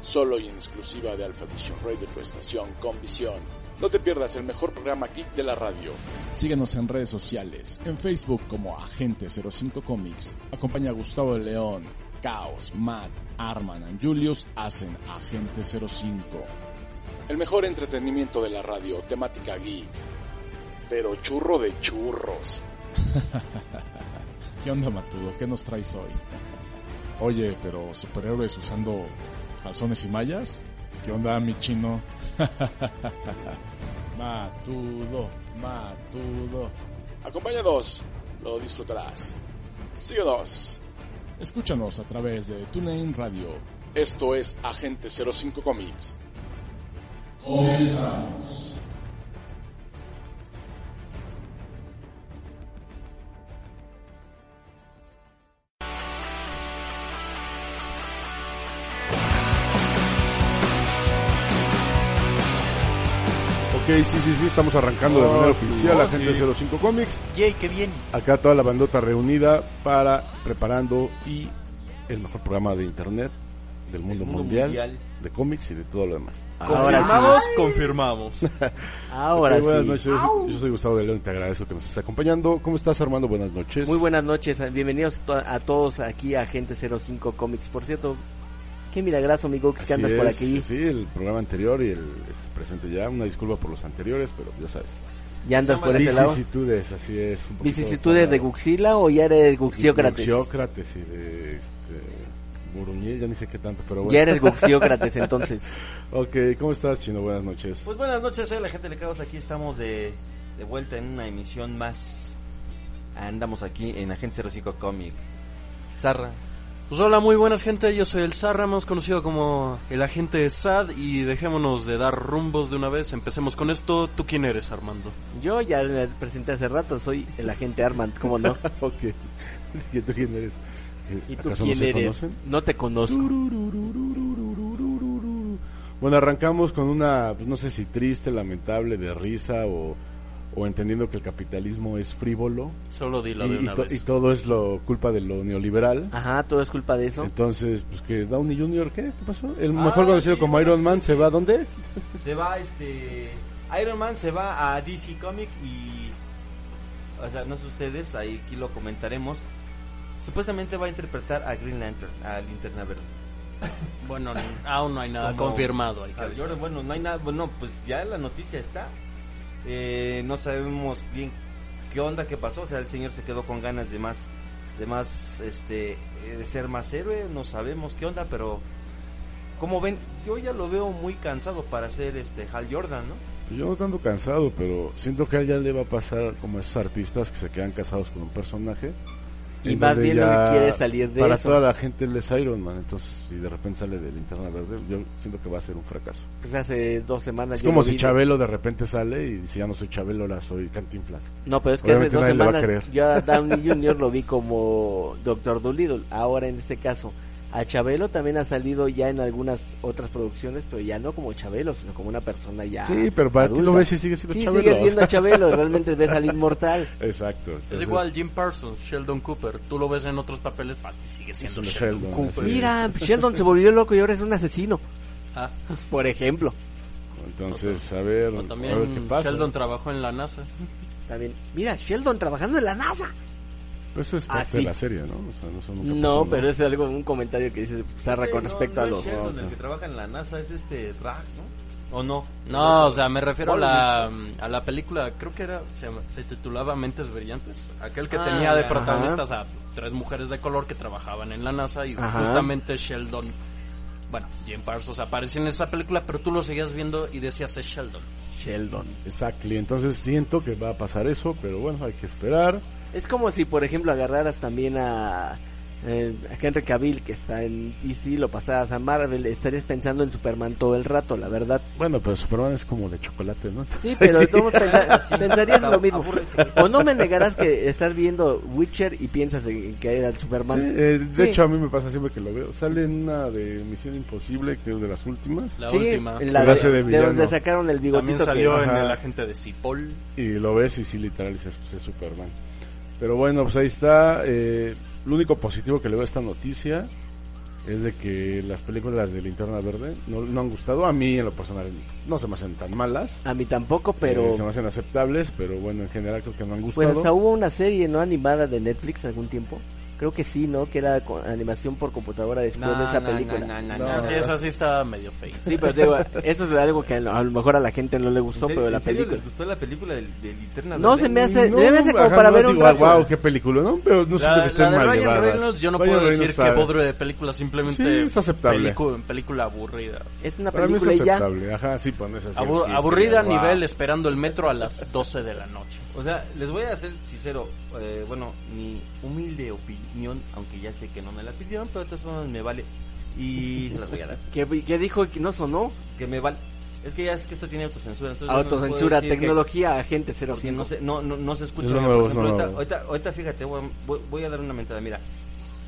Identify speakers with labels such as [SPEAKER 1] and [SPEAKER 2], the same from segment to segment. [SPEAKER 1] solo y en exclusiva de Alpha Vision Radio, tu estación con visión. No te pierdas el mejor programa geek de la radio. Síguenos en redes sociales, en Facebook como Agente 05 Comics. Acompaña a Gustavo de León. Caos, Matt, Arman and Julius hacen Agente 05. El mejor entretenimiento de la radio, temática geek. Pero churro de churros. ¿Qué onda, Matudo? ¿Qué nos traes hoy? Oye, pero superhéroes usando calzones y mallas? ¿Qué onda, mi chino? Matudo, Matudo. Acompáñanos, lo disfrutarás. Síguenos. Escúchanos a través de TuneIn Radio. Esto es Agente 05 Comics.
[SPEAKER 2] Comenzamos.
[SPEAKER 3] Ok, sí, sí, sí, estamos arrancando de
[SPEAKER 4] Oh,
[SPEAKER 3] manera
[SPEAKER 4] sí,
[SPEAKER 3] oficial
[SPEAKER 4] oh,
[SPEAKER 3] Agente
[SPEAKER 4] sí.
[SPEAKER 3] 05 Comics.
[SPEAKER 4] Yay, qué bien.
[SPEAKER 3] Acá toda la bandota reunida para preparando y el mejor programa de internet del mundo,
[SPEAKER 4] mundo
[SPEAKER 3] mundial,
[SPEAKER 4] mundial.
[SPEAKER 3] de cómics y de todo lo demás.
[SPEAKER 4] Confirmamos,
[SPEAKER 3] Ahora
[SPEAKER 4] confirmamos.
[SPEAKER 5] Ahora
[SPEAKER 3] Ok, buenas
[SPEAKER 5] sí.
[SPEAKER 3] noches, yo soy Gustavo de León y te agradezco que nos estés acompañando. ¿Cómo estás, Armando? Buenas noches.
[SPEAKER 5] Muy buenas noches, bienvenidos to- a todos aquí a Gente 05 Comics. Por cierto, qué milagroso, amigo, que
[SPEAKER 3] Así
[SPEAKER 5] andas por
[SPEAKER 3] es,
[SPEAKER 5] aquí.
[SPEAKER 3] Sí, el programa anterior y el este, presente ya. Una disculpa por los anteriores, pero ya sabes.
[SPEAKER 5] Ya andas por este lado.
[SPEAKER 3] Vicisitudes, así es. un poquito
[SPEAKER 5] ¿Vicisitudes de Guxila o ya eres Guxiócrates?
[SPEAKER 3] Guxiócrates y de este, Buruñé, ya ni sé qué tanto, pero bueno.
[SPEAKER 5] Ya eres Guxiócrates, entonces.
[SPEAKER 3] Ok, ¿cómo estás, Chino? Buenas noches.
[SPEAKER 6] Pues buenas noches, soy la gente de Caos. Aquí estamos de, de vuelta en una emisión más. Andamos aquí en Agente 05 Comic.
[SPEAKER 7] Zarra. Pues hola, muy buenas gente, yo soy el Zarra, más conocido como el agente SAD y dejémonos de dar rumbos de una vez, empecemos con esto. ¿Tú quién eres, Armando?
[SPEAKER 5] Yo ya me presenté hace rato, soy el agente Armand, ¿cómo no?
[SPEAKER 3] ok. ¿Y tú quién eres? Eh,
[SPEAKER 5] ¿Y tú
[SPEAKER 3] ¿Acaso no
[SPEAKER 5] quién
[SPEAKER 3] se
[SPEAKER 5] eres?
[SPEAKER 3] conocen?
[SPEAKER 5] No te conozco.
[SPEAKER 3] Bueno, arrancamos con una, pues, no sé si triste, lamentable, de risa o, o entendiendo que el capitalismo es frívolo.
[SPEAKER 7] Solo dilo
[SPEAKER 3] y,
[SPEAKER 7] de
[SPEAKER 3] y
[SPEAKER 7] una
[SPEAKER 3] to- y
[SPEAKER 7] vez.
[SPEAKER 3] todo es lo culpa de lo neoliberal.
[SPEAKER 5] Ajá, todo es culpa de eso.
[SPEAKER 3] Entonces, pues que Downey Jr., ¿qué? ¿Qué pasó? El
[SPEAKER 6] Ah,
[SPEAKER 3] mejor conocido
[SPEAKER 6] sí,
[SPEAKER 3] como
[SPEAKER 6] bueno,
[SPEAKER 3] Iron Man se va a dónde?
[SPEAKER 6] Se va este. Iron Man se va a DC Comic y. O sea, no sé ustedes, ahí aquí lo comentaremos. Supuestamente va a interpretar a Green Lantern, a Linterna Verde.
[SPEAKER 7] Bueno, aún no hay nada
[SPEAKER 6] Como-
[SPEAKER 7] confirmado. Hay que
[SPEAKER 6] Ah,
[SPEAKER 7] avisar.
[SPEAKER 6] Jordan, bueno, no hay nada. Bueno, pues ya la noticia está. Eh, no sabemos bien qué onda, qué pasó. O sea, el señor se quedó con ganas de más, de más, este, eh, de ser más héroe. No sabemos qué onda, pero como ven, yo ya lo veo muy cansado para ser este Hal Jordan, ¿no?
[SPEAKER 3] Pues yo no tanto cansado, pero siento que a ella le va a pasar como a esos artistas que se quedan casados con un personaje.
[SPEAKER 5] Y
[SPEAKER 3] en
[SPEAKER 5] más
[SPEAKER 3] donde
[SPEAKER 5] bien no
[SPEAKER 3] ya
[SPEAKER 5] quiere salir de
[SPEAKER 3] Para
[SPEAKER 5] eso.
[SPEAKER 3] toda la gente él es Iron Man, entonces si de repente sale de Linterna Verde, yo siento que va a ser un fracaso.
[SPEAKER 5] Pues hace dos semanas
[SPEAKER 3] Es
[SPEAKER 5] yo
[SPEAKER 3] como
[SPEAKER 5] lo
[SPEAKER 3] si
[SPEAKER 5] vi.
[SPEAKER 3] Chabelo de repente sale y si ya no soy Chabelo, ahora soy Cantinflas.
[SPEAKER 5] No, pero es que hace
[SPEAKER 3] Obviamente
[SPEAKER 5] dos
[SPEAKER 3] nadie le va a
[SPEAKER 5] semanas
[SPEAKER 3] creer.
[SPEAKER 5] yo a Downey Jr. lo vi como Doctor Dolittle. Ahora en este caso, a Chabelo también ha salido ya en algunas otras producciones, pero ya no como Chabelo, sino como una persona ya.
[SPEAKER 3] sí, pero para ti lo
[SPEAKER 5] adulta.
[SPEAKER 3] ves y sigue siendo
[SPEAKER 5] Sí,
[SPEAKER 3] Chabelo.
[SPEAKER 5] sigues
[SPEAKER 3] o
[SPEAKER 5] viendo
[SPEAKER 3] sea.
[SPEAKER 5] a Chabelo, realmente ves al inmortal.
[SPEAKER 3] Exacto.
[SPEAKER 7] Es
[SPEAKER 3] entonces,
[SPEAKER 7] igual Jim Parsons, Sheldon Cooper. Tú lo ves en otros papeles, para ti sigue siendo
[SPEAKER 3] Es un
[SPEAKER 7] Sheldon,
[SPEAKER 3] Sheldon,
[SPEAKER 7] Cooper.
[SPEAKER 3] así es.
[SPEAKER 5] Mira, pues, Sheldon se volvió loco y ahora es un asesino,
[SPEAKER 7] Ah,
[SPEAKER 5] por ejemplo.
[SPEAKER 3] Entonces, a ver,
[SPEAKER 7] o
[SPEAKER 3] a ver qué
[SPEAKER 7] también
[SPEAKER 3] pasa.
[SPEAKER 7] Sheldon trabajó en la NASA.
[SPEAKER 5] También, mira, Sheldon trabajando en la NASA.
[SPEAKER 3] Pues eso es parte
[SPEAKER 5] Así.
[SPEAKER 3] de la serie, ¿no? O sea, no, son nunca
[SPEAKER 5] Ah, No,
[SPEAKER 3] personas.
[SPEAKER 5] pero es algo un comentario que dice Sarra
[SPEAKER 6] Sí,
[SPEAKER 5] con
[SPEAKER 6] no,
[SPEAKER 5] respecto
[SPEAKER 6] no
[SPEAKER 5] a
[SPEAKER 6] es
[SPEAKER 5] los
[SPEAKER 6] Sheldon, el que trabaja en la NASA es este Rag, ¿no? ¿O no?
[SPEAKER 7] No, o sea, me refiero a la, a la película, creo que era, se, llama- se titulaba Mentes Brillantes. Aquel que
[SPEAKER 6] Ah,
[SPEAKER 7] tenía de
[SPEAKER 6] ya.
[SPEAKER 7] protagonistas a tres mujeres de color que trabajaban en la NASA y
[SPEAKER 5] Ajá.
[SPEAKER 7] justamente Sheldon, bueno, Jim Parsons aparecía en esa película, pero tú lo seguías viendo y decías es Sheldon.
[SPEAKER 5] Sheldon.
[SPEAKER 3] Exacto, entonces siento que va a pasar eso, pero bueno, hay que esperar.
[SPEAKER 5] Es como si, por ejemplo, agarraras también a, eh, a Henry Cavill, que está en DC, lo pasaras a Marvel, estarías pensando en Superman todo el rato, la verdad.
[SPEAKER 3] Bueno, pero Superman es como de chocolate, ¿no?
[SPEAKER 5] Sí, pero
[SPEAKER 3] Sí.
[SPEAKER 5] de todos modos pensa- pensarías lo mismo.
[SPEAKER 6] Aburre ese.
[SPEAKER 5] O no me negarás que estás viendo Witcher y piensas en que era el
[SPEAKER 3] Sí,
[SPEAKER 5] Superman.
[SPEAKER 3] eh, de
[SPEAKER 5] Sí.
[SPEAKER 3] hecho, a mí me pasa siempre que lo veo. Sale en una de Misión Imposible, que es de las últimas,
[SPEAKER 7] La
[SPEAKER 5] Sí,
[SPEAKER 7] última.
[SPEAKER 5] en la
[SPEAKER 3] Lo hace
[SPEAKER 5] de,
[SPEAKER 3] de
[SPEAKER 5] de
[SPEAKER 3] villano.
[SPEAKER 5] donde sacaron el bigotito.
[SPEAKER 7] También
[SPEAKER 5] que-
[SPEAKER 7] salió en
[SPEAKER 3] Ajá.
[SPEAKER 7] El Agente de Cipoll.
[SPEAKER 3] y lo ves y sí, literal, dices, pues es Superman. Pero bueno, pues ahí está. eh, lo único positivo que le veo a esta noticia es de que las películas de Linterna Verde no, no han gustado. A mí, en lo personal, no se me hacen tan malas.
[SPEAKER 5] A mí tampoco, pero...
[SPEAKER 3] eh, se me hacen aceptables, pero bueno, en general creo que no han
[SPEAKER 5] Pues
[SPEAKER 3] gustado.
[SPEAKER 5] hasta hubo una serie no animada de Netflix algún tiempo. Creo que sí, ¿no? Que era con animación por computadora después de
[SPEAKER 6] No,
[SPEAKER 5] esa
[SPEAKER 6] no,
[SPEAKER 5] película.
[SPEAKER 6] no, no, no,
[SPEAKER 3] No,
[SPEAKER 6] no.
[SPEAKER 7] Así es, así está medio fake.
[SPEAKER 5] Sí, pero te digo, eso es algo que a lo a lo mejor a la gente no le
[SPEAKER 6] ¿En
[SPEAKER 5] gustó,
[SPEAKER 6] serio-
[SPEAKER 5] pero
[SPEAKER 6] en
[SPEAKER 5] la
[SPEAKER 6] serio
[SPEAKER 5] película.
[SPEAKER 6] les gustó la película de, de Linterna
[SPEAKER 5] No
[SPEAKER 6] Verde?
[SPEAKER 5] se me hace,
[SPEAKER 3] No,
[SPEAKER 5] se me hace como
[SPEAKER 3] ajá,
[SPEAKER 5] para
[SPEAKER 3] no
[SPEAKER 5] ver un
[SPEAKER 3] digo, ah,
[SPEAKER 5] rato.
[SPEAKER 3] Wow, qué película, ¿no? Pero no siento
[SPEAKER 7] La,
[SPEAKER 3] que estén
[SPEAKER 7] la de
[SPEAKER 3] mal
[SPEAKER 7] Ryan
[SPEAKER 3] llevadas.
[SPEAKER 7] Reynolds, yo no
[SPEAKER 3] Ryan
[SPEAKER 7] puedo
[SPEAKER 3] Reynolds
[SPEAKER 7] decir que
[SPEAKER 3] está-
[SPEAKER 7] podre de película, simplemente
[SPEAKER 3] Sí, es aceptable.
[SPEAKER 7] pelicu- película aburrida.
[SPEAKER 5] Es una
[SPEAKER 3] Para mí es
[SPEAKER 5] película y ya.
[SPEAKER 3] aceptable, ajá, sí, pues no es así.
[SPEAKER 7] Abur-
[SPEAKER 3] sí,
[SPEAKER 7] aburrida a
[SPEAKER 3] wow.
[SPEAKER 7] nivel esperando el metro a las 12 de la noche.
[SPEAKER 6] O sea, les voy a ser sincero, eh, bueno, mi humilde opinión, aunque ya sé que no me la pidieron, pero de todas formas me vale y se las voy a dar.
[SPEAKER 5] ¿Qué, qué dijo que no sonó?
[SPEAKER 6] Que me vale. Es que ya es que esto tiene autocensura, entonces yo Pues no puedo
[SPEAKER 5] Autocensura,
[SPEAKER 6] decir que-
[SPEAKER 5] tecnología, agente
[SPEAKER 6] porque
[SPEAKER 5] 05.
[SPEAKER 6] no se, no, no, no se escucha.
[SPEAKER 3] Es lo
[SPEAKER 6] Mira,
[SPEAKER 3] nuevo,
[SPEAKER 6] por
[SPEAKER 3] es
[SPEAKER 6] ejemplo,
[SPEAKER 3] lo
[SPEAKER 6] ahorita,
[SPEAKER 3] nuevo.
[SPEAKER 6] ahorita, ahorita fíjate, voy a, voy- voy a dar una mentada, mira.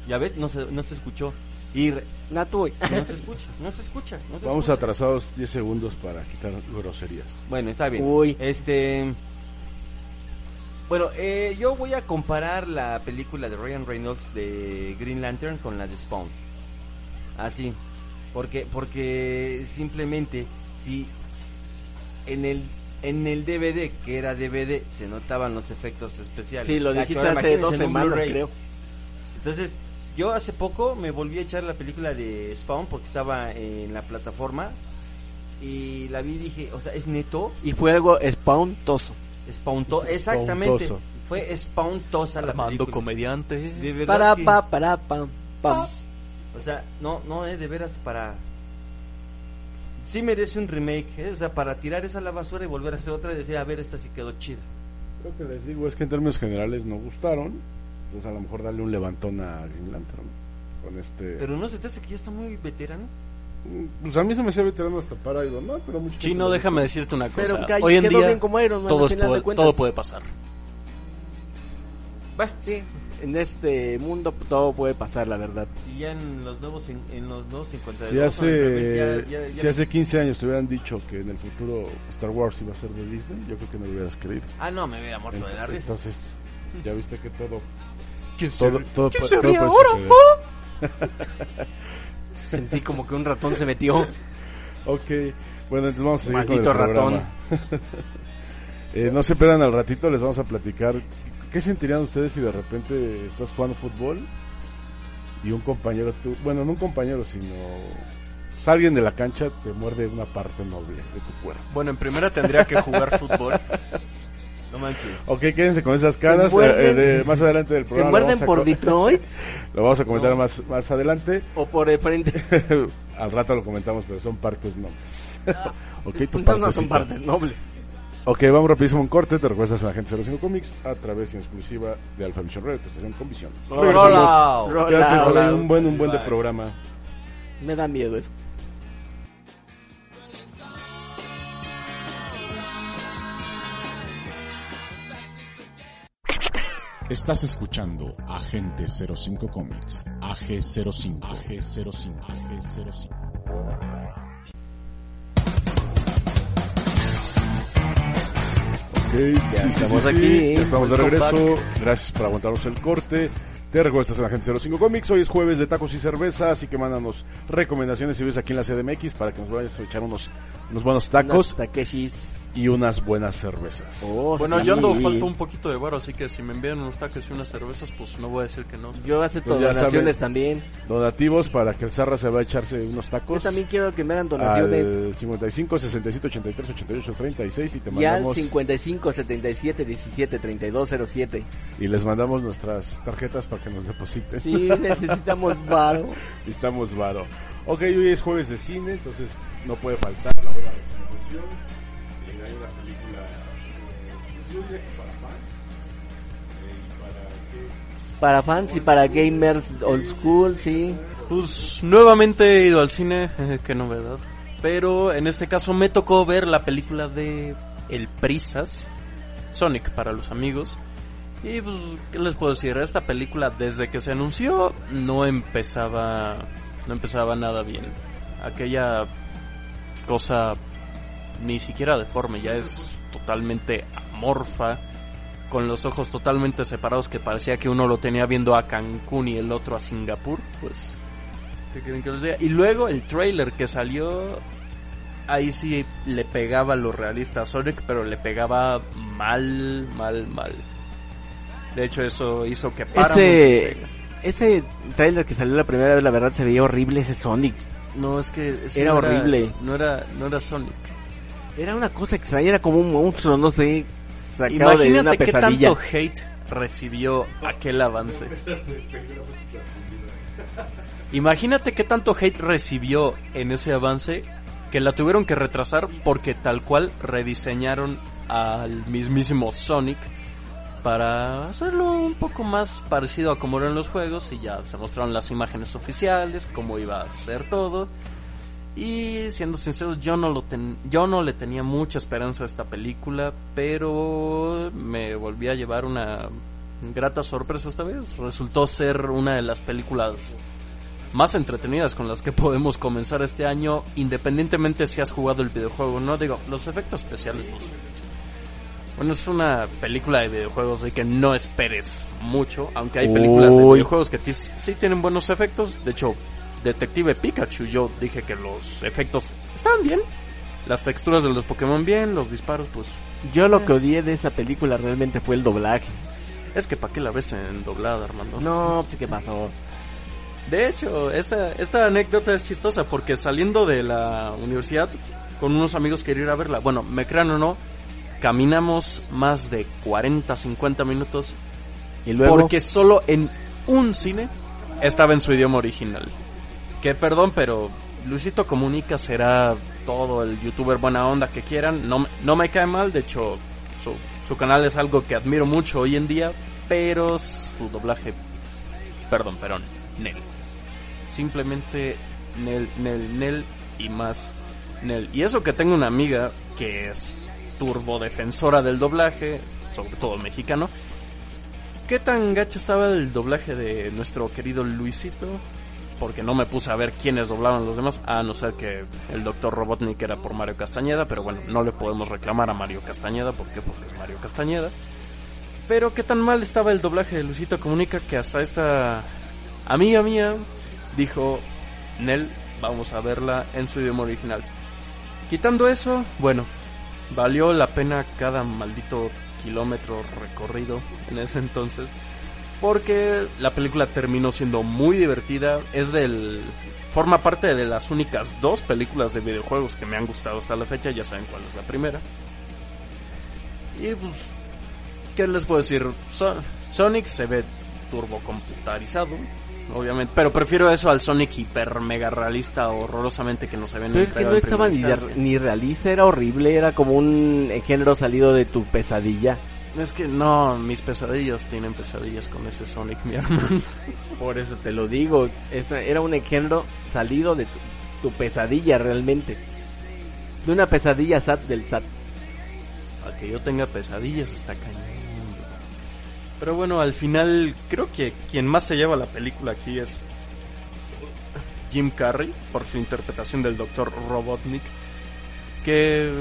[SPEAKER 6] Ya ves, no se, no se escuchó. Y re-
[SPEAKER 5] Natu, güey.
[SPEAKER 6] no se escucha, no se escucha. No se
[SPEAKER 3] Vamos
[SPEAKER 6] escucha.
[SPEAKER 3] atrasados 10 segundos para quitar groserías.
[SPEAKER 6] Bueno, está bien.
[SPEAKER 5] Uy.
[SPEAKER 6] Este. Bueno, eh, yo voy a comparar la película de Ryan Reynolds de Green Lantern con la de Spawn. Así. Porque, porque simplemente, si en el, en el DVD, que era DVD, se notaban los efectos especiales.
[SPEAKER 5] Sí, lo
[SPEAKER 6] Gacho,
[SPEAKER 5] dijiste hace
[SPEAKER 6] ahora imagínense
[SPEAKER 5] dos
[SPEAKER 6] en un
[SPEAKER 5] semanas,
[SPEAKER 6] Blu-ray.
[SPEAKER 5] creo.
[SPEAKER 6] Entonces, yo hace poco me volví a echar la película de Spawn porque estaba en la plataforma. Y la vi y dije, o sea, es neto.
[SPEAKER 5] Y fue algo espantoso.
[SPEAKER 6] Spawnto exactamente.
[SPEAKER 3] Spawntoso.
[SPEAKER 6] Fue spawntosa la
[SPEAKER 7] Armando
[SPEAKER 6] película.
[SPEAKER 7] comediante.
[SPEAKER 6] De verdad
[SPEAKER 5] Para,
[SPEAKER 6] que-
[SPEAKER 5] pa, para, pam, pam.
[SPEAKER 6] O sea, no, no, eh, de veras para... Sí merece un remake, eh, o sea, para tirar esa a la basura y volver a hacer otra y decir, a ver, esta sí quedó chida.
[SPEAKER 3] Lo que les digo es que en términos generales no gustaron. Pues a lo mejor darle un levantón a Green Lantern. Con este.
[SPEAKER 6] Pero no se te hace que ya está muy veterano.
[SPEAKER 3] Pues a mí se me hacía veterano hasta para Iron Man, pero mucho.
[SPEAKER 7] Chino, déjame decirte una cosa.
[SPEAKER 5] Pero que ahí
[SPEAKER 7] Hoy en
[SPEAKER 5] quedó
[SPEAKER 7] día
[SPEAKER 5] bien como Iron Man, al
[SPEAKER 7] todo, es
[SPEAKER 5] final
[SPEAKER 7] pu-
[SPEAKER 5] de cuentas.
[SPEAKER 7] todo puede pasar.
[SPEAKER 6] Bueno,
[SPEAKER 5] Sí, en este mundo todo puede pasar, la verdad.
[SPEAKER 6] y ya en los nuevos, en, en los nuevos 52...
[SPEAKER 3] Si hace, si hace 15 años te hubieran dicho que en el futuro Star Wars iba a ser de Disney, yo creo que no lo hubieras creído.
[SPEAKER 6] Ah, no, me hubiera muerto de la risa.
[SPEAKER 3] Entonces, ya viste que todo.
[SPEAKER 7] ¿Quién
[SPEAKER 3] Todo, todo,
[SPEAKER 7] ¿Quién
[SPEAKER 3] pa-
[SPEAKER 7] se
[SPEAKER 3] todo
[SPEAKER 7] ríe
[SPEAKER 3] puede
[SPEAKER 7] ahora,
[SPEAKER 3] suceder.
[SPEAKER 5] Sentí como que un ratón se metió.
[SPEAKER 3] Ok, bueno, entonces vamos a seguir
[SPEAKER 5] Maldito
[SPEAKER 3] con el
[SPEAKER 5] ratón.
[SPEAKER 3] programa. Eh, no se esperan al ratito, les vamos a platicar. ¿Qué sentirían ustedes si de repente estás jugando fútbol y un compañero, tú, bueno, no un compañero, sino pues, alguien de la cancha te muerde una parte noble de tu cuerpo?
[SPEAKER 7] Bueno, en primera tendría que jugar fútbol.
[SPEAKER 6] No manches.
[SPEAKER 3] Ok, quédense con esas caras.
[SPEAKER 5] Te muerden.
[SPEAKER 3] eh, eh, de- más adelante del
[SPEAKER 5] ¿Te
[SPEAKER 3] programa. lo
[SPEAKER 5] muerden
[SPEAKER 3] vamos a
[SPEAKER 5] por
[SPEAKER 3] co-
[SPEAKER 5] Detroit
[SPEAKER 3] Lo vamos a comentar más, más adelante.
[SPEAKER 5] o por el frente?
[SPEAKER 3] al rato lo comentamos, pero son partes nobles. ok, tu
[SPEAKER 5] Ah. No, no son
[SPEAKER 3] partecita.
[SPEAKER 5] partes nobles.
[SPEAKER 3] Ok, vamos rapidísimo un corte. Te recuerdas a la gente 05 Comics a través y en exclusiva de Alfa Vision Radio, tu estación con visión. Regresamos.
[SPEAKER 6] Rollout.
[SPEAKER 5] Rollout.
[SPEAKER 3] Quédate, Javier, un buen, un buen de
[SPEAKER 6] Bye.
[SPEAKER 3] programa.
[SPEAKER 5] Me da miedo eso.
[SPEAKER 1] Estás escuchando Agente 05 Comics, AG05, AG05, AG05.
[SPEAKER 3] Ok, ya
[SPEAKER 5] estamos aquí,
[SPEAKER 3] ya estamos de
[SPEAKER 5] welcome
[SPEAKER 3] regreso. Gracias por aguantarnos el corte. Te recuerdo, estás en Agente 05 Comics. Hoy es jueves de tacos y cerveza, así que mándanos recomendaciones si vives aquí en la CDMX para que nos vayas a echar unos, unos buenos tacos.
[SPEAKER 5] Unos Takeshis.
[SPEAKER 3] y unas buenas cervezas.
[SPEAKER 5] Oh,
[SPEAKER 7] Bueno,
[SPEAKER 5] sí.
[SPEAKER 7] yo ando falta un poquito de varo, así que si me envían unos tacos y unas cervezas, pues no voy a decir que no.
[SPEAKER 5] Yo acepto
[SPEAKER 3] Pues ya
[SPEAKER 5] donaciones
[SPEAKER 3] saben.
[SPEAKER 5] también.
[SPEAKER 3] Donativos para que el Zarra se va a echarse unos
[SPEAKER 5] Yo
[SPEAKER 3] tacos.
[SPEAKER 5] también quiero que me hagan donaciones.
[SPEAKER 3] Pues Al 55 67 83 88 36 y te
[SPEAKER 5] Y al
[SPEAKER 3] mandamos
[SPEAKER 5] 55 77 17 32 07.
[SPEAKER 3] y les mandamos nuestras tarjetas para que nos depositen.
[SPEAKER 5] Sí, necesitamos varo.
[SPEAKER 3] Estamos varo. Ok, hoy es jueves de cine, entonces no puede faltar la hora de exposición. Eh, hay una película, eh, pues, yo diría que para
[SPEAKER 5] Para
[SPEAKER 3] fans eh, y para que
[SPEAKER 5] fans y para gamers old school, sí.
[SPEAKER 7] Pues nuevamente he ido al cine, qué novedad. Pero en este caso me tocó ver la película de El Prisas, Sonic para los amigos. Y pues, ¿qué les puedo decir? Esta película desde que se anunció no empezaba, no empezaba nada bien. Aquella cosa ni siquiera deforme, ya es totalmente amorfa, con los ojos totalmente separados que parecía que uno lo tenía viendo a Cancún y el otro a Singapur, pues ¿qué quieren que les diga? Y luego el trailer que salió ahí sí le pegaba a lo realista a Sonic, pero le pegaba mal, mal, mal. De hecho eso hizo que Paramount
[SPEAKER 5] Ese,
[SPEAKER 7] se-
[SPEAKER 5] ese trailer que salió la primera vez, la verdad, se veía horrible ese Sonic.
[SPEAKER 7] no es que ese
[SPEAKER 5] Era
[SPEAKER 7] no
[SPEAKER 5] horrible.
[SPEAKER 7] no era no era Sonic.
[SPEAKER 5] Era una cosa extraña, era como un monstruo, no sé. Sacado de una
[SPEAKER 7] Imagínate qué
[SPEAKER 5] pesadilla.
[SPEAKER 7] tanto hate recibió aquel avance. Imagínate qué tanto hate recibió en ese avance que la tuvieron que retrasar porque tal cual rediseñaron al mismísimo Sonic para hacerlo un poco más parecido a como eran los juegos y ya se mostraron las imágenes oficiales, cómo iba a ser todo. Y siendo sinceros, yo no, lo ten- yo no le tenía mucha esperanza a esta película, pero me volví a llevar una grata sorpresa esta vez. Resultó ser una de las películas más entretenidas con las que podemos comenzar este año, independientemente si has jugado el videojuego o no. Digo, los efectos especiales, pues, Bueno, es una película de videojuegos, así que no esperes mucho, aunque hay películas de
[SPEAKER 5] Uy.
[SPEAKER 7] videojuegos que tis- sí tienen buenos efectos. De hecho, Detective Pikachu, yo dije que los efectos están bien. Las texturas de los Pokémon bien, los disparos, pues...
[SPEAKER 5] Yo lo que odié de esa película realmente fue el doblaje.
[SPEAKER 7] Es que para qué la ves en doblada, Armando.
[SPEAKER 5] No, pues qué pasó.
[SPEAKER 7] De hecho, esta, esta anécdota es chistosa porque saliendo de la universidad con unos amigos quería ir a verla. Bueno, me crean o no, caminamos más de 40, 50 minutos
[SPEAKER 5] Y luego,
[SPEAKER 7] porque solo en un cine estaba en su idioma original. Que perdón, pero Luisito Comunica será todo el youtuber buena onda que quieran. No, me- no me cae mal, de hecho, su, su canal es algo que admiro mucho hoy en día, pero su doblaje, perdón, perdón, Nel. Simplemente Nel, Nel, Nel y más Nel. Y eso que tengo una amiga que es turbodefensora del doblaje, sobre todo mexicano, ¿Qué tan gacho estaba el doblaje de nuestro querido Luisito? Porque no me puse a ver quiénes doblaban los demás, a no ser que el doctor Robotnik era por Mario Castañeda, pero bueno, no le podemos reclamar a Mario Castañeda, ¿por qué? Porque es Mario Castañeda. Pero qué tan mal estaba el doblaje de Luisito Comunica que hasta esta amiga mía dijo, Nel, vamos a verla en su idioma original. Quitando eso, bueno, valió la pena cada maldito kilómetro recorrido en ese entonces. Porque la película terminó siendo muy divertida. Es del. Forma parte de las únicas dos películas de videojuegos que me han gustado hasta la fecha. Ya saben cuál es la primera. Y pues. ¿Qué les puedo decir? So- Sonic se ve turbocomputarizado. Obviamente. Pero prefiero eso al Sonic hiper mega realista horrorosamente que nos habían
[SPEAKER 5] pero pues, es que
[SPEAKER 7] entregado
[SPEAKER 5] no
[SPEAKER 7] en
[SPEAKER 5] estaba
[SPEAKER 7] primera
[SPEAKER 5] ni,
[SPEAKER 7] instancia.
[SPEAKER 5] de- ni realista, era horrible, era como un género salido de tu pesadilla.
[SPEAKER 7] Es que no, mis pesadillas tienen pesadillas con ese Sonic, mi hermano.
[SPEAKER 5] Por eso te lo digo, eso era un engendro salido de tu, tu pesadilla realmente. De una pesadilla SAT del SAT.
[SPEAKER 7] A que yo tenga pesadillas está cañón. Pero bueno, al final creo que quien más se lleva la película aquí es Jim Carrey por su interpretación del Dr. Robotnik. Que